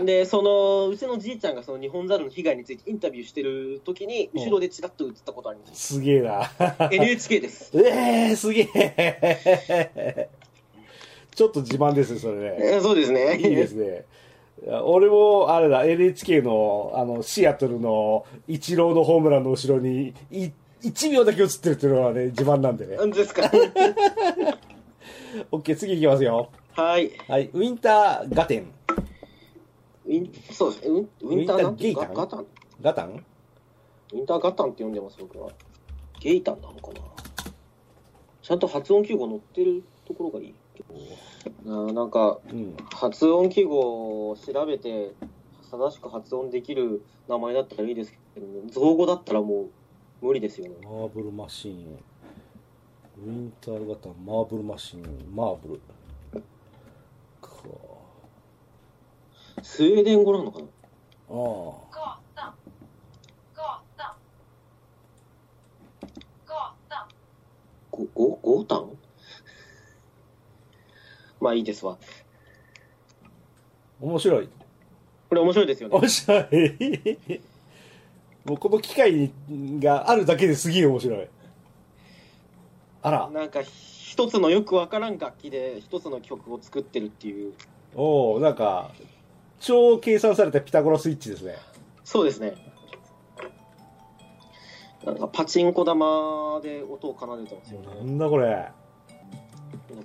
S2: でそのうちのじいちゃんがそのニホンザルの被害についてインタビューしてる時に
S1: うん
S2: 後ろでちらっと映ったことありま (laughs) す
S1: すげえな。 (laughs)
S2: NHK です
S1: ええすげえ。ちょっと自慢ですね、それね。
S2: えーそうですね
S1: いいですね。いや俺も、あれだ、NHK の、あの、シアトルの、イチローのホームランの後ろに、い1秒だけ映ってるっていうのはね、自慢なんでね。
S2: なんで
S1: (laughs)
S2: すか
S1: オッケー、次行きますよ。
S2: はい
S1: はい、ウィンターガテン。
S2: ウィンそうですねウィンウィンターなんて
S1: ウィンターゲイタン
S2: ガガタンウ
S1: ガタン
S2: ィンターガタンって呼んでます僕はゲイタンなのかなちゃんと発音記号載ってるところがいいあーなんか
S1: うん。
S2: 発音記号を調べて正しく発音できる名前だったらいいですけど造語だったらもう無理ですよね
S1: マーブルマシーン。ウィンター型マーブルマシーン。マーブル。か
S2: スウェーデン語なのかな
S1: ああ。
S3: Gatan. Gatan. Gatan.
S2: ゴゴゴータン (laughs) まあいいですわ
S1: 面白い。
S2: これ面白いですよね
S1: 面白い。 (laughs) もうこの機会があるだけですげえ面白い。あら。
S2: なんか一つのよくわからん楽器で一つの曲を作ってるっていう
S1: おおなんか、超計算されたピタゴラスイッチですね。
S2: そうですねなんかパチンコ玉で音を奏でてますよね
S1: なんだこれ。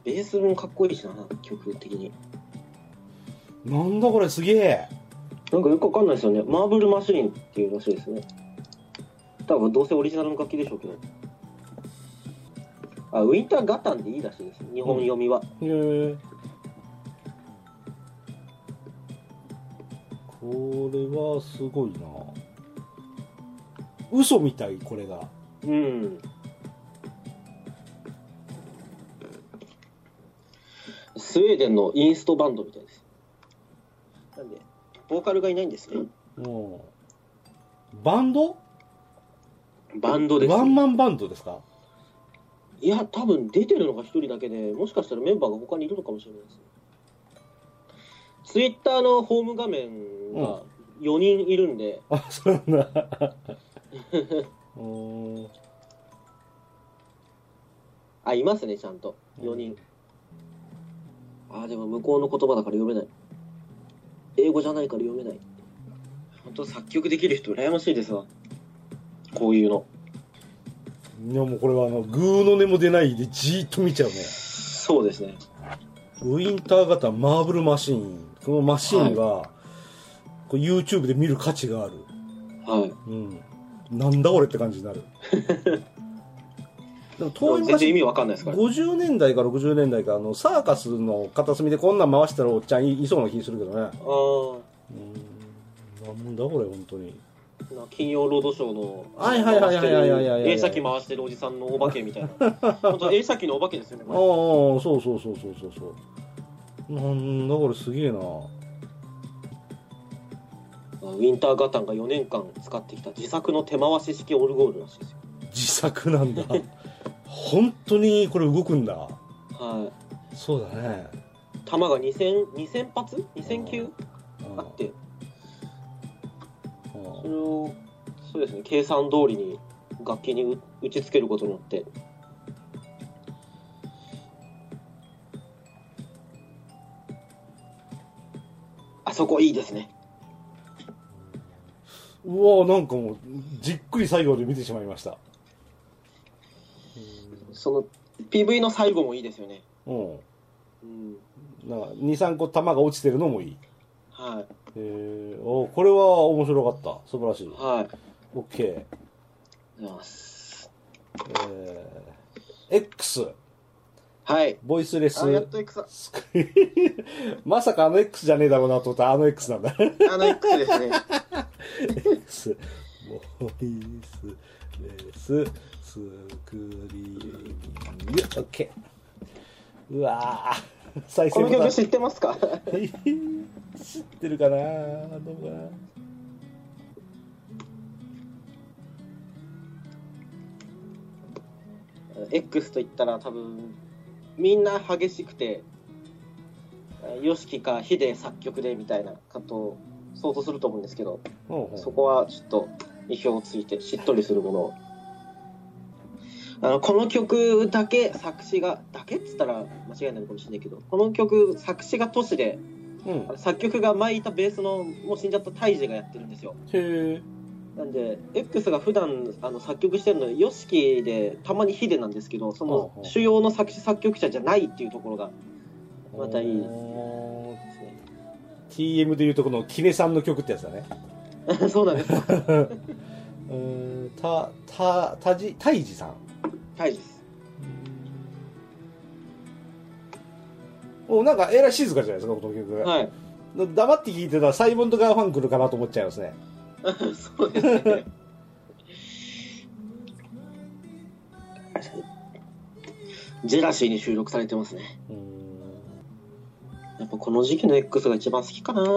S2: ベースもかっこいいしな曲的に
S1: なんだこれすげえ。
S2: なんかよくわかんないですよね。マーブルマシーンっていうらしいですね。多分どうせオリジナルの楽器でしょうけど。あ、ウィンターガタンでいいらしいです。日本読みは。
S1: へえこれはすごいな嘘みたいこれが
S2: うん。スウェーデンのインストバンドみたいです。なんで、ボーカルがいないんですね。
S1: うんバンド
S2: バンドです。
S1: ワンマンバンドですか
S2: いや、多分出てるのが一人だけで、もしかしたらメンバーが他にいるのかもしれないですね。ツイッターのホーム画面が4人いるんで、
S1: あそんな (laughs) うん
S2: あ、いますね、ちゃんと。4人。あ、でも向こうの言葉だから読めない。英語じゃないから読めない。本当作曲できる人羨ましいですわ。こういうの。
S1: いやもうこれはあのグーの音も出ないでじーっと見ちゃうね
S2: そうですね。
S1: ウィンター型マーブルマシーンこのマシーンが、これ YouTube で見る価値がある
S2: はい。
S1: (laughs) うん、なんだ俺って感じになるでも遠い
S2: 全然
S1: 昔
S2: 意味わかんないですから。
S1: 50年代か60年代かあのサーカスの片隅でこんなん回したらおっちゃんいいそうな気するけどね
S2: あ
S1: う
S2: ー
S1: んなんだこれ本当に
S2: な金曜ロードショーの、
S1: はいはいはいはいはいはいはいはい
S2: 映写機回してるおじさんのお化けみたいな。本当映写機のお化けですよね、
S1: ああ
S2: こ
S1: そうそうそうそうそうそうなんだこれすげえな
S2: れ。ウィンターガタンが4年間使ってきた自作の手回し式オルゴールらしいですよ。
S1: 自作なん (laughs) だ本当にこれ動くんだ
S2: はい。
S1: そうだね
S2: 弾が2000、2000発 ?2000 球
S1: うん
S2: あって、
S1: うん
S2: それを、そうですね、計算通りに楽器にう打ち付けることによって、あそこいいですね。
S1: うわなんかもうじっくり最後で見てしまいました
S2: その PV の最後もいいですよね。
S1: うん
S2: うん。
S1: なんか23個弾が落ちてるのもいい
S2: は
S1: えー、おこれは面白かった素晴らしい
S2: い。は
S1: OK
S2: い。ありがとうございます。
S1: えー、X
S2: はい。
S1: ボイスレス
S2: あ、やっと X、あ
S1: スクリーン (laughs) まさかあの X じゃねえだろうなと思ったらあの X なんだ (laughs)
S2: の (laughs) X ですね。
S1: X ボイスレススクリーン OK うわー (laughs) 再
S2: こ
S1: 生
S2: の
S1: ボタン
S2: 曲知ってますか
S1: (laughs) 知ってるかなどうかな
S2: あの X と言ったら多分みんな激しくて YOSHIKI か HIDE 作曲でみたいなことを想像すると思うんですけど
S1: ほうほう
S2: そこはちょっと意表をついてしっとりするものをあのこの曲だけ作詞がだけっつったら間違いないのかもしれないけどこの曲作詞がトシで
S1: うん
S2: あの作曲が前いたベースのもう死んじゃったタイジがやってるんですよ
S1: へえ
S2: なんで X が普段あの作曲してるの YOSHIKI でたまに HIDE なんですけどそ
S1: ほうほ
S2: の
S1: う
S2: 主要の作詞作曲者じゃないっていうところが (laughs) またいいです
S1: おー
S2: です
S1: TM でいうとこのキネさんの曲ってやつだね
S2: ねそうなんです
S1: うーんたたたじたいじさん
S2: タイジです
S1: おなんかえらい静かじゃないですかこの曲、
S2: はい (laughs)
S1: 黙って聴いてたらサイモンとガーファンクルかなと思っちゃいますね
S2: そうですねジェラシーに収録されてますね
S1: うーん
S2: やっぱこの時期の X が一番好きかな
S1: な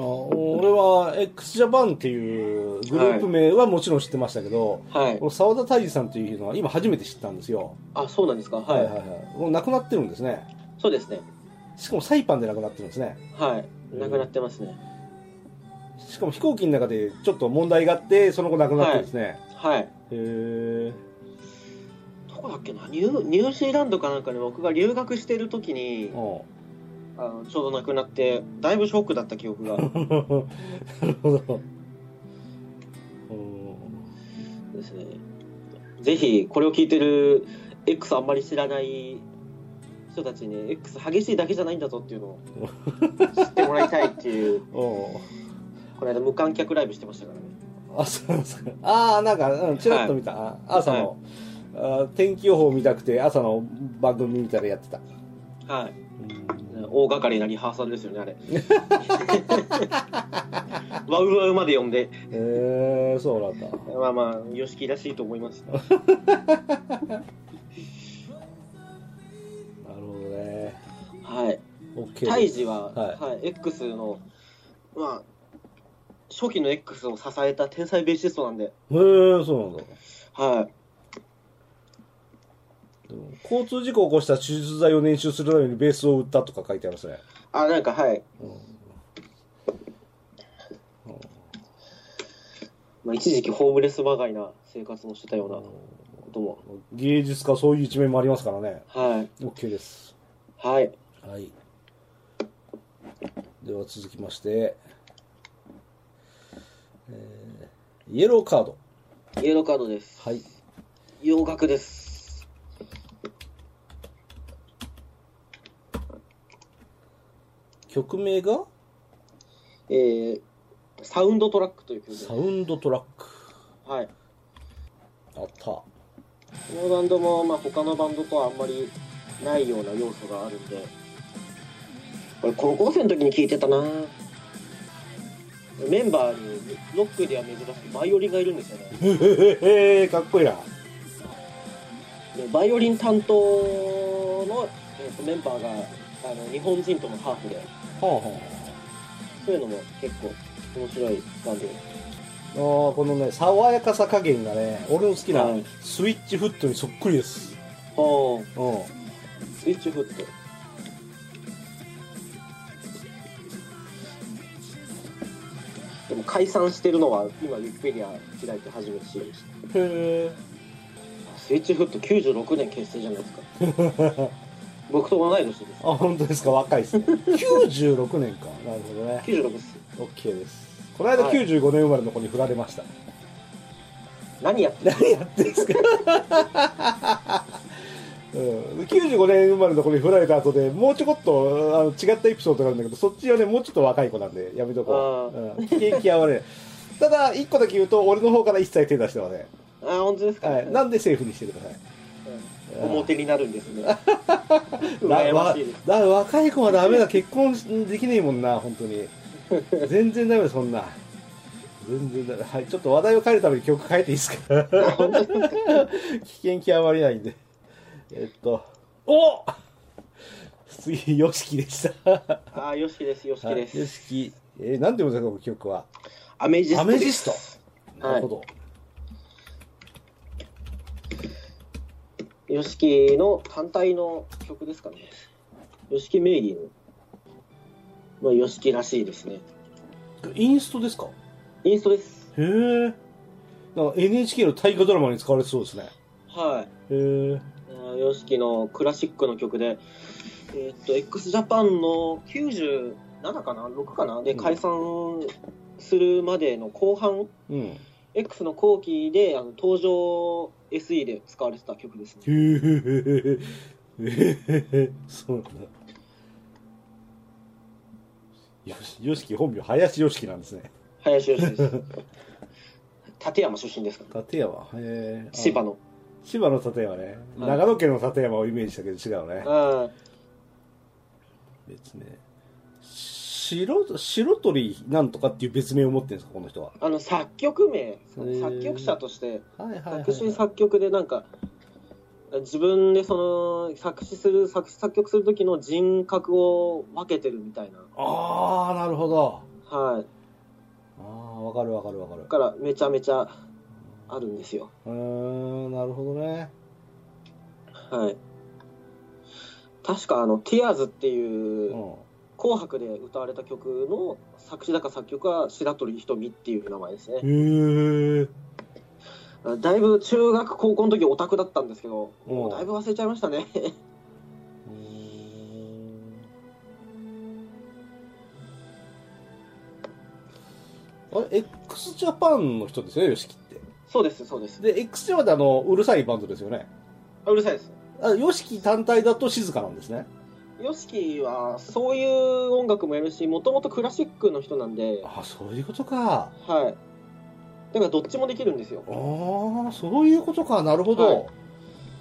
S1: 俺は x ジャパンっていうグループ名はもちろん知ってましたけど、
S2: はい
S1: この澤田泰治さんというのは今初めて知ったんですよ、
S2: あそうなんですかはい、
S1: はいはいもう亡くなってるんですね
S2: そうですね
S1: しかもサイパンで亡くなってるんですね
S2: はいなくなってますね
S1: しかも飛行機の中でちょっと問題があってその後亡くなってるんですね、
S2: はい
S1: へえ
S2: どこだっけなニューニュージーランドかなんかに僕が留学してる時 (laughs) にあのちょうど亡くなってだいぶショックだった記憶が
S1: なるほどうん
S2: ですねぜひこれを聞いてる X あんまり知らない人たちに X 激しいだけじゃないんだぞっていうのを知ってもらいたいっていう (laughs)
S1: おう
S2: この間無観客ライブしてましたからね
S1: あそうなんですかああなんかうんちらっと見た、あ朝の、あ天気予報見たくて朝の番組見たらやってた
S2: はい
S1: うん
S2: 大掛かりなリハーサルですよねあれワウワウまで呼んで
S1: へえそうなんだ
S2: まあまあ YOSHIKI らしいと思います
S1: なるほどね
S2: はい
S1: OK
S2: タイジは、
S1: は
S2: はい X の、まあ、初期の X を支えた天才ベーシストなんで、
S1: へえそうなんだ
S2: はい、
S1: でも交通事故を起こした手術剤を練習するためにベースを売ったとか書いてありますね
S2: あ、なんか、はい、まあ、一時期ホームレスまがいな生活もしてたようなことも、
S1: 芸術家そういう一面もありますからね
S2: はい、
S1: OK です
S2: はい、
S1: はいでは続きまして、えーイエローカード
S2: イエローカードです。
S1: はい
S2: 洋楽です。
S1: 曲名が
S2: えー、サウンドトラックという曲で
S1: サウンドトラック
S2: はい。
S1: あった
S2: このバンドも、まあ、他のバンドとはあんまりないような要素があるんで、これ高校生の時に聞いてたなメンバーにロックでは珍しくバイオリンがいるんですよね。
S1: へへへかっこいいな
S2: でバイオリン担当の、えーとメンバーがあの日本人とのハーフで、
S1: はあは
S2: そういうのも結構面白いバンドです。
S1: あーこのね爽やかさ加減がね俺の好きな
S2: はい
S1: スイッチフットにそっくりです
S2: ほう
S1: うん
S2: スイッチフット。でも解散してるのは今ウィキペディア開いて初めて知りまし
S1: へ
S2: た。スイッチフット96年結成じゃないですか。 (laughs)
S1: え
S2: 僕と同い年です。
S1: あ本当ですか若いです (laughs) ね96年かなるほどね
S2: 96です。
S1: OK ですこの間
S2: はい
S1: 95年生まれの子に振られました、
S2: 何やってる
S1: 何やってんですか、うん、95年生まれの子に振られた後でもうちょこっとあの違ったエピソードがあるんだけどそっちはねもうちょっと若い子なんでやめとこう、うん、危険極まれないただ1個だけ言うと俺の方から一切手出してはね、
S2: (laughs) あー、本当ですか、
S1: はい、なんでセーフにしてください
S2: うん表になるんですね。
S1: だ
S2: (laughs) 羨ま
S1: わ
S2: しいです。
S1: だ若い子はダメだ結婚できねえもんな本当に全然ダメだそんな全然ダメはいちょっと話題を変えるために曲変えていいです
S2: (laughs)
S1: か
S2: 本当ですか
S1: 危険極まりないんでえっとお次よしきでした
S2: ああ、よしきです、よしき
S1: はい
S2: で
S1: よ
S2: す。
S1: しきえー、なんて読むんですかこの曲は
S2: アメジス
S1: ア
S2: トで
S1: メ
S2: す。
S1: ジストなるほど、
S2: ヨシキの単体の曲ですかね。ヨシキ名義の。まあ、ヨシキらしいですね。
S1: インストですか
S2: インストです。
S1: へえ NHK の大河ドラマに使われてそうですね
S2: は
S1: へえ
S2: い。ヨシキのクラシックの曲で、えーっと、x ジャパンの97かな ?6 かなで
S1: うん
S2: 解散するまでの後半、
S1: うん
S2: X の後期で、あの、登場 SE で使われてた曲ですね。
S1: へえへえそうなんだよしよしき本名林よしきなんですね
S2: 林ヨシキ
S1: (laughs)
S2: です。立山出身ですから。
S1: 立山へえ
S2: 千葉の。
S1: 千葉の立山ね、
S2: はい
S1: 長野県の立山をイメージしたけど違うね、
S2: うん。
S1: 別名白白鳥なんとかっていう別名を持ってるんですかこの人は
S2: あの作曲名ですか
S1: へ
S2: ね
S1: ー
S2: 作曲者として
S1: はいは
S2: 作詞作曲でなんか自分でその作詞する作詞作曲する時の人格を分けてるみたいな
S1: ああなるほど
S2: はい
S1: ああわかるわかるわかる
S2: だからめちゃめちゃあるんですよ
S1: うーんなるほどね
S2: はい確かあの「Tears」って
S1: う
S2: いうん「紅白」で歌われた曲の作詞だか作曲は白鳥ひとみっていう名前ですね
S1: へえ
S2: だいぶ中学高校の時オタクだったんですけど
S1: うん
S2: もうだいぶ忘れちゃいましたね
S1: うーんあれ x ジャパンの人ですよ YOSHIKI って
S2: そうですそうです
S1: で x ジャパンってあのうるさいバンドですよね
S2: あうるさいです
S1: あ YOSHIKI 単体だと静かなんですね
S2: ヨシキはそういう音楽もやるし、もともとクラシックの人なんで、
S1: あそういうことか
S2: はい。だからどっちもできるんですよ
S1: あ。あそういうことかなるほど、
S2: はい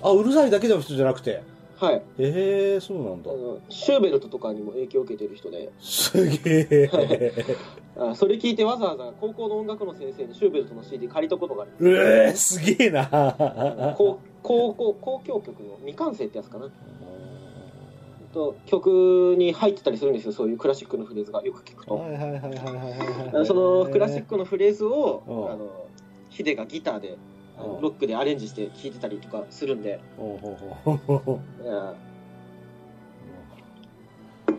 S1: あうるさいだけの人じゃなくて
S2: はい。
S1: ええそうなん
S2: あ
S1: だ
S2: のシューベルトとかにも影響を受けてる人で、
S1: すげえ
S2: あそれ聞いてわざわざ高校の音楽の先生にシューベルトの CD 借りたことがあり
S1: うえー、すげえな
S2: ます。高高校、交響曲の未完成ってやつかな。と曲に入ってたりするんですよ、そういうクラシックのフレーズがよく聞くと。
S1: はいはいはいはいはい
S2: あ
S1: は
S2: の
S1: い
S2: そのクラシックのフレーズを、
S1: うん
S2: あのヒデがギターで、あの
S1: うん
S2: ロックでアレンジして聴いてたりとかするんで、
S1: ほうほうほうほう
S2: うん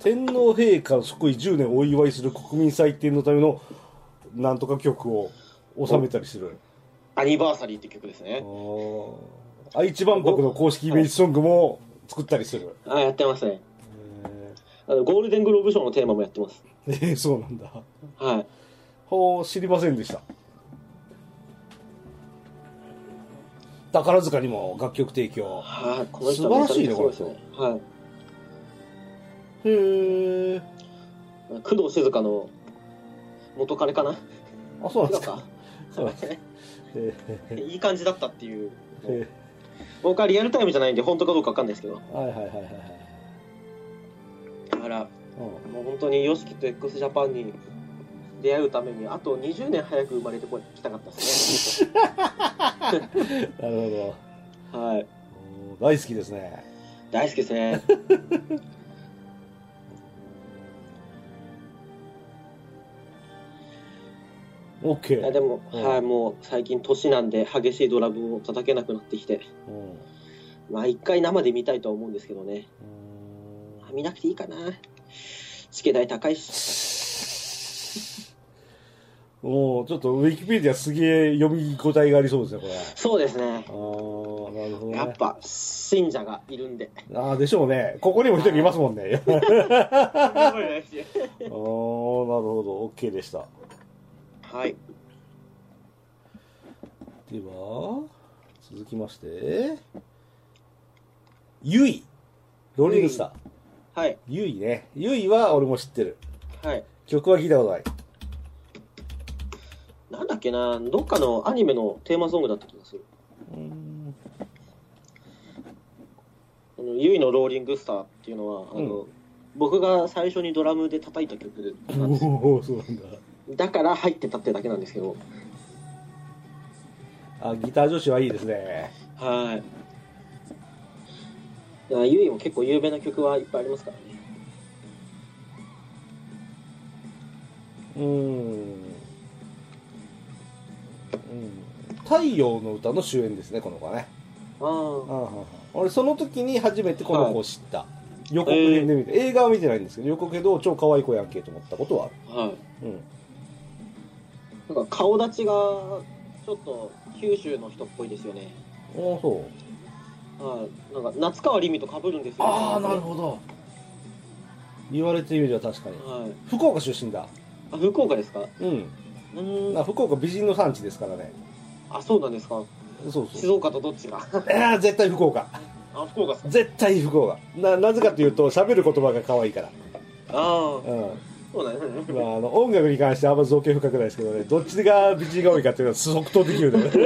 S1: 天皇陛下即位10年をお祝いする国民祭典のためのなんとか曲を収めたりする
S2: アニバーサリーって曲ですね。
S1: あー愛知万博の公式イメージソングも作ったりする、
S2: あ、やってますね。
S1: へ
S2: あのゴールデングローブ賞のテーマもやってます。
S1: ーえー (laughs) そうなんだ
S2: はい。
S1: ほう知りませんでした宝塚にも楽曲提供
S2: はい、この人
S1: 素晴らしいね
S2: めちゃめちゃすごですね。はい。
S1: へえ
S2: 工藤静香の元彼かな
S1: あそうなん
S2: 違
S1: で
S2: う
S1: すか
S2: か。
S1: (laughs) そうえ
S2: いい感じだったっていう
S1: ーえ
S2: 僕はリアルタイムじゃないんで本当かどうかわかんないですけど
S1: ーはいはいはいはいはい
S2: だから
S1: うん
S2: もう本当に YOSHIKI と x ジャパンに出会うためにあと20年早く生まれてこい来たかったですね
S1: なるほ (laughs)
S2: は
S1: どお
S2: い
S1: ー大好きですね
S2: 大好きですねい
S1: OK
S2: やでも、
S1: うん
S2: はいもう最近年なんで激しいドラムを叩けなくなってきて
S1: うんう
S2: まあ一回生で見たいとは思うんですけどね
S1: ーん
S2: 見なくていいかなチケ代高いし
S1: もうちょっとウィキペディアすげえ読み応えがありそうですねこれ
S2: そうですね
S1: あーなるほど
S2: や
S1: ね
S2: っぱ信者がいるんで
S1: ああでしょうねここにも一人いますもんねああなるほど OK でした
S2: はい
S1: では続きましてゆいローリングスター
S2: はい
S1: ゆいねゆいは俺も知ってる
S2: はい
S1: 曲は聞いたことない
S2: なんだっけなどっかのアニメのテーマソングだった気がする
S1: うん
S2: あのユイのローリングスターっていうのは、あの僕が最初にドラムで叩いた曲なんですよ
S1: おおそうなんだ
S2: だから入ってたってだけなんですけど
S1: あギター女子はいいですね
S2: はいだからユイも結構有名な曲はいっぱいありますからね
S1: うんうん太陽の歌の主演ですねこの子はね
S2: ああ
S1: 俺その時に初めてこの子を知った、予告編で見て、映画は見てないんですけど予告けど超可愛い子やんけと思ったことはある
S2: はい
S1: うん
S2: なんか顔立ちがちょっと九州の人っぽいですよね
S1: ああそう
S2: はいなんか夏川りみとかぶるんですよ、
S1: ああなるほど言われてみれば確かに
S2: はい
S1: 福岡出身だ
S2: あ福岡ですかう
S1: うん
S2: ーん
S1: な福岡美人の産地ですからね
S2: あそうなんですか
S1: そう
S2: 静
S1: そう
S2: 岡とどっちが
S1: あー絶対福岡
S2: あ福岡ですか
S1: 絶対福岡ななぜかというと喋る言葉が可愛いから
S2: ああ
S1: うん、
S2: そうなんですね
S1: まあ、あの音楽に関してはあんま造形深くないですけどねどっちが美人が多いかっていうのは即答できるねなるほ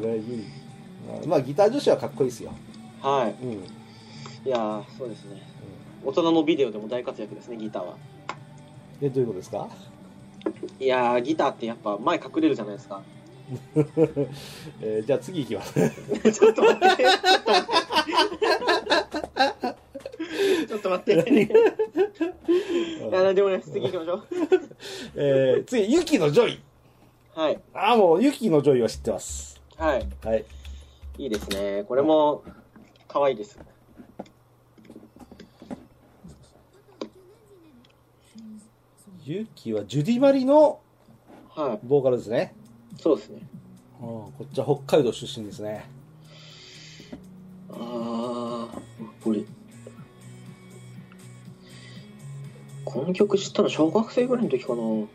S1: どねゆいまあまあギター女子はかっこいいですよ
S2: はい
S1: うん
S2: いやーそうですね、大人のビデオでも大活躍ですねギターは
S1: えどういうことですか
S2: いやーギターってやっぱ前隠れるじゃないですか (laughs)
S1: えーじゃあ次いきます
S2: ちょっと待って (laughs) ちょっと待って (laughs) ちょっと待っていやでもね次行きましょ
S1: えー次、ユキのジョイ。
S2: うはい
S1: ああ、もう、ユキのジョイは知ってます。
S2: はい
S1: はい。
S2: いいですねこれも可愛いです
S1: ユキはジュディマリの
S2: は
S1: ボーカルですね。
S2: いそうですね
S1: うん、こっちは北海道出身ですね。
S2: ああこれこの曲知ったの小学生ぐらいの時か
S1: う
S2: な
S1: ん、うん、うん。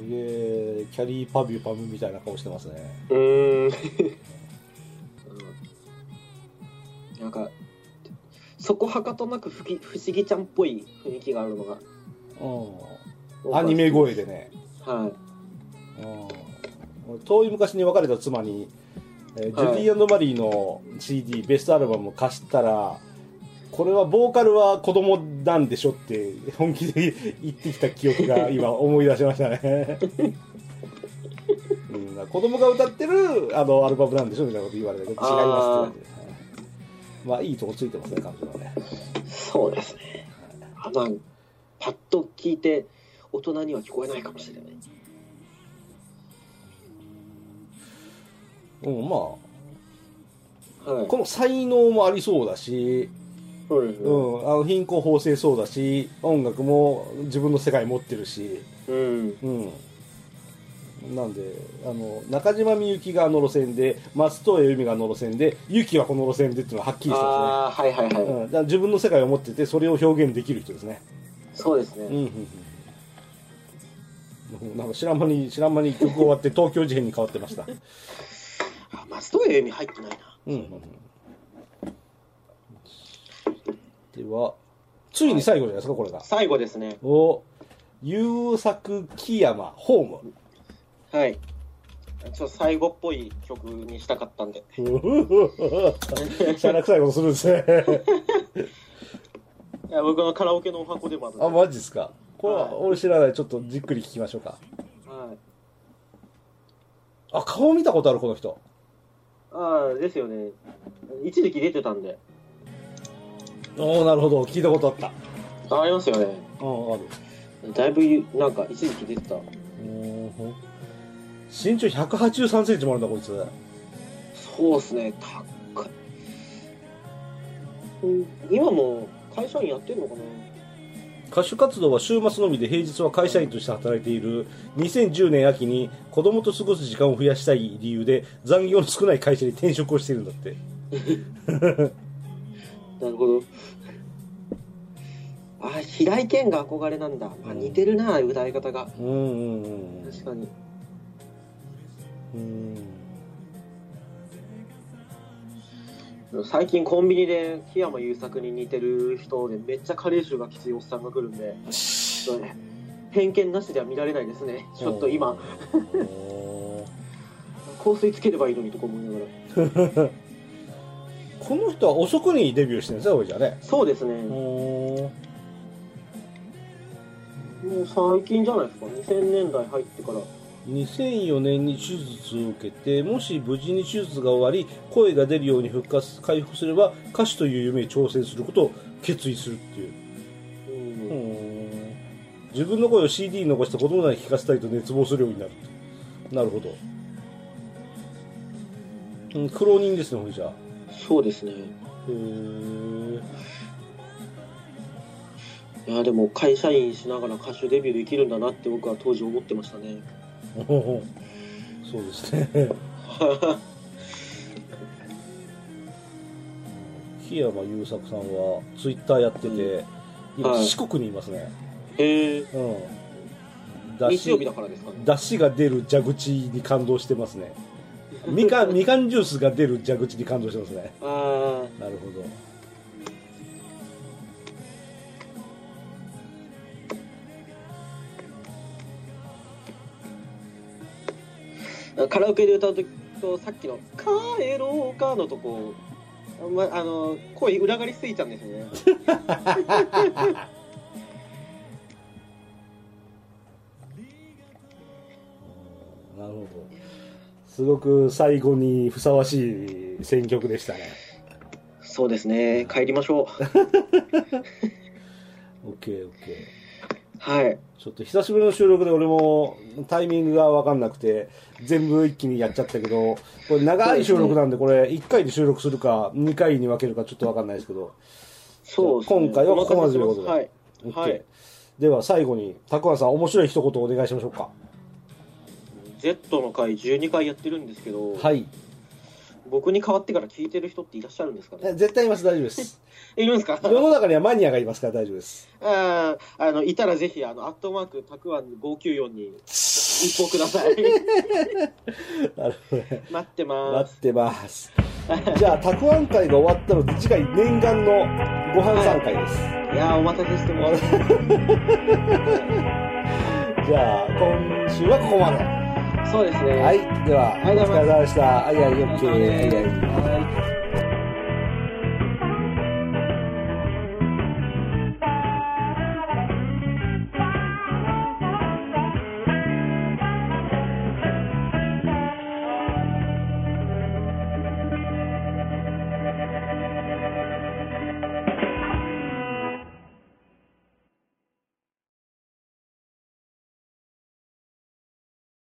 S1: すげえ、キャリーパビュパムみたいな顔してますね。
S2: うーんなんかそこはかとなくふき不思議ちゃんっぽい雰囲気があるのが
S1: うん。アニメ声でね。
S2: は
S1: うん。俺遠い昔に別れた妻に、えー
S2: はい
S1: ジュディマリーの CD、ベストアルバムを貸したら、これはボーカルは子供なんでしょって本気で言ってきた記憶
S2: (laughs)
S1: が今思い出しましたね。うん、子供が歌ってるあのアルバムなんでしょみたいなこと言われたけど違いますって言われてまあいいとこついてますね彼女はね
S2: いそうですねあまあパッと聞いて大人には聞こえないかもしれない
S1: うんま
S2: は
S1: あ
S2: い
S1: この才能もありそうだし
S2: そうですね
S1: う、
S2: うん
S1: あの貧困法制そうだし音楽も自分の世界持ってるし、
S2: ん
S1: うん、なんであの中島みゆきがあの路線で松任谷由実があの路線でゆきはこの路線でっていうのははっきりしてま
S2: ああはいはいはい、
S1: すね、うん、だから自分の世界を持っててそれを表現できる人ですね、
S2: そうです
S1: うん
S2: ね
S1: うんうん、なんか知らん間に知らん間に曲終わって東京事変に変わってました
S2: あ松任谷由実入ってないな
S1: うんうんうんではついに最後じゃないですか、これが。
S2: 最後ですね。
S1: お優作木山ホー (laughs) ム。
S2: はい。ちょっと最後っぽい曲にしたかったんで。
S1: しゃらくさいことするんですね。
S2: いや僕のカラオケのお箱でもあるん
S1: (laughs)
S2: で
S1: あ、マジですか。これ
S2: はい
S1: は、俺知らない。ちょっとじっくり聞きましょうか。
S2: はい。
S1: あ、顔見たことある、この人。
S2: ああ、ですよね。一時期出てたんで。
S1: おおなるほど。聞いたことあった。
S2: あありますよね。
S1: うん、ある。
S2: だいぶ、なんか、一時期出てた。
S1: うん身長183センチもあるんだ、こいつ。
S2: そうですね、高い。うん今も会社員やってんのかな
S1: 歌手活動は週末のみで平日は会社員として働いている2010年秋に子供と過ごす時間を増やしたい理由で残業の少ない会社に転職をしているんだって
S2: なるほど。ああ、平井堅が憧れなんだ。あ似てるな、歌い方が。
S1: うんうんうん
S2: 確かに。
S1: うん
S2: 最近コンビニで檜山優作に似てる人でめっちゃ加齢臭がきついおっさんが来るんでちょっとね偏見なしでは見られないですねちょっと今
S1: おー
S2: 香水つければいいのにとか思いながら
S1: この人は遅くにデビューしてるんですよ、これじゃね。
S2: そうですね
S1: お
S2: もう最近じゃないですか2000年代入ってから
S1: 2004年に手術を受けて、もし無事に手術が終わり、声が出るように復活、回復すれば、歌手という夢に挑戦することを決意するっていう。
S2: うん
S1: うん自分の声を CD に残して子供らに聞かせたいと熱望するようになるとなるほど、うん、苦労人ですねほいじゃあ
S2: そうですね
S1: へー
S2: いやでも会社員しながら歌手デビューできるんだなって僕は当時思ってましたね
S1: おほほ (laughs) そうですね檜山優作さんはツイッターやってて今
S2: はい
S1: 四国にいますね、
S2: へえ
S1: うん
S2: (laughs) 日曜日だからですかね
S1: 出汁が出る蛇口に感動してますねみか
S2: (laughs)
S1: んみかんジュースが出る蛇口に感動してますね
S2: ああ
S1: なるほど
S2: カラオケで歌うときとさっきの「帰ろうか」のとこ、まあの声裏返りすぎちゃうんですよね
S1: なるほどすごく最後にふさわしい選曲でしたね
S2: そうですね帰りましょう
S1: OKOK
S2: はい
S1: ちょっと久しぶりの収録で俺もタイミングが分かんなくて全部一気にやっちゃったけどこれ長い収録なんでこれ1回で収録するか2回に分けるかちょっと分かんないですけど
S2: そうですね
S1: 今回はここまでという
S2: お
S1: こ
S2: 任せ
S1: とで
S2: しますは
S1: OK、
S2: い、はい
S1: では最後にたくあんさん面白い一言お願いしましょうか
S2: Z の回12回やってるんですけど、
S1: はい
S2: 僕に代わってから聞いてる人っていらっしゃるんですかね
S1: 絶対います大丈夫です
S2: いるんですか
S1: 世の中にはマニアがいますから大丈夫です
S2: あーあのいたらぜひあのアットマークたくあん594に一報ください
S1: (laughs) なるほどね
S2: 待ってま
S1: 待
S2: す
S1: ってます。じゃあ、たくあん会が終わったので、次回念願のご飯参会です。
S2: いやーお待たせしてます
S1: じゃあ、今週はここまで。
S2: そうですね
S1: はい、では、
S2: ありが
S1: お
S2: とう
S1: 疲
S2: ござい
S1: れ様でした。あいあい、オッケー、あいあい。
S2: はい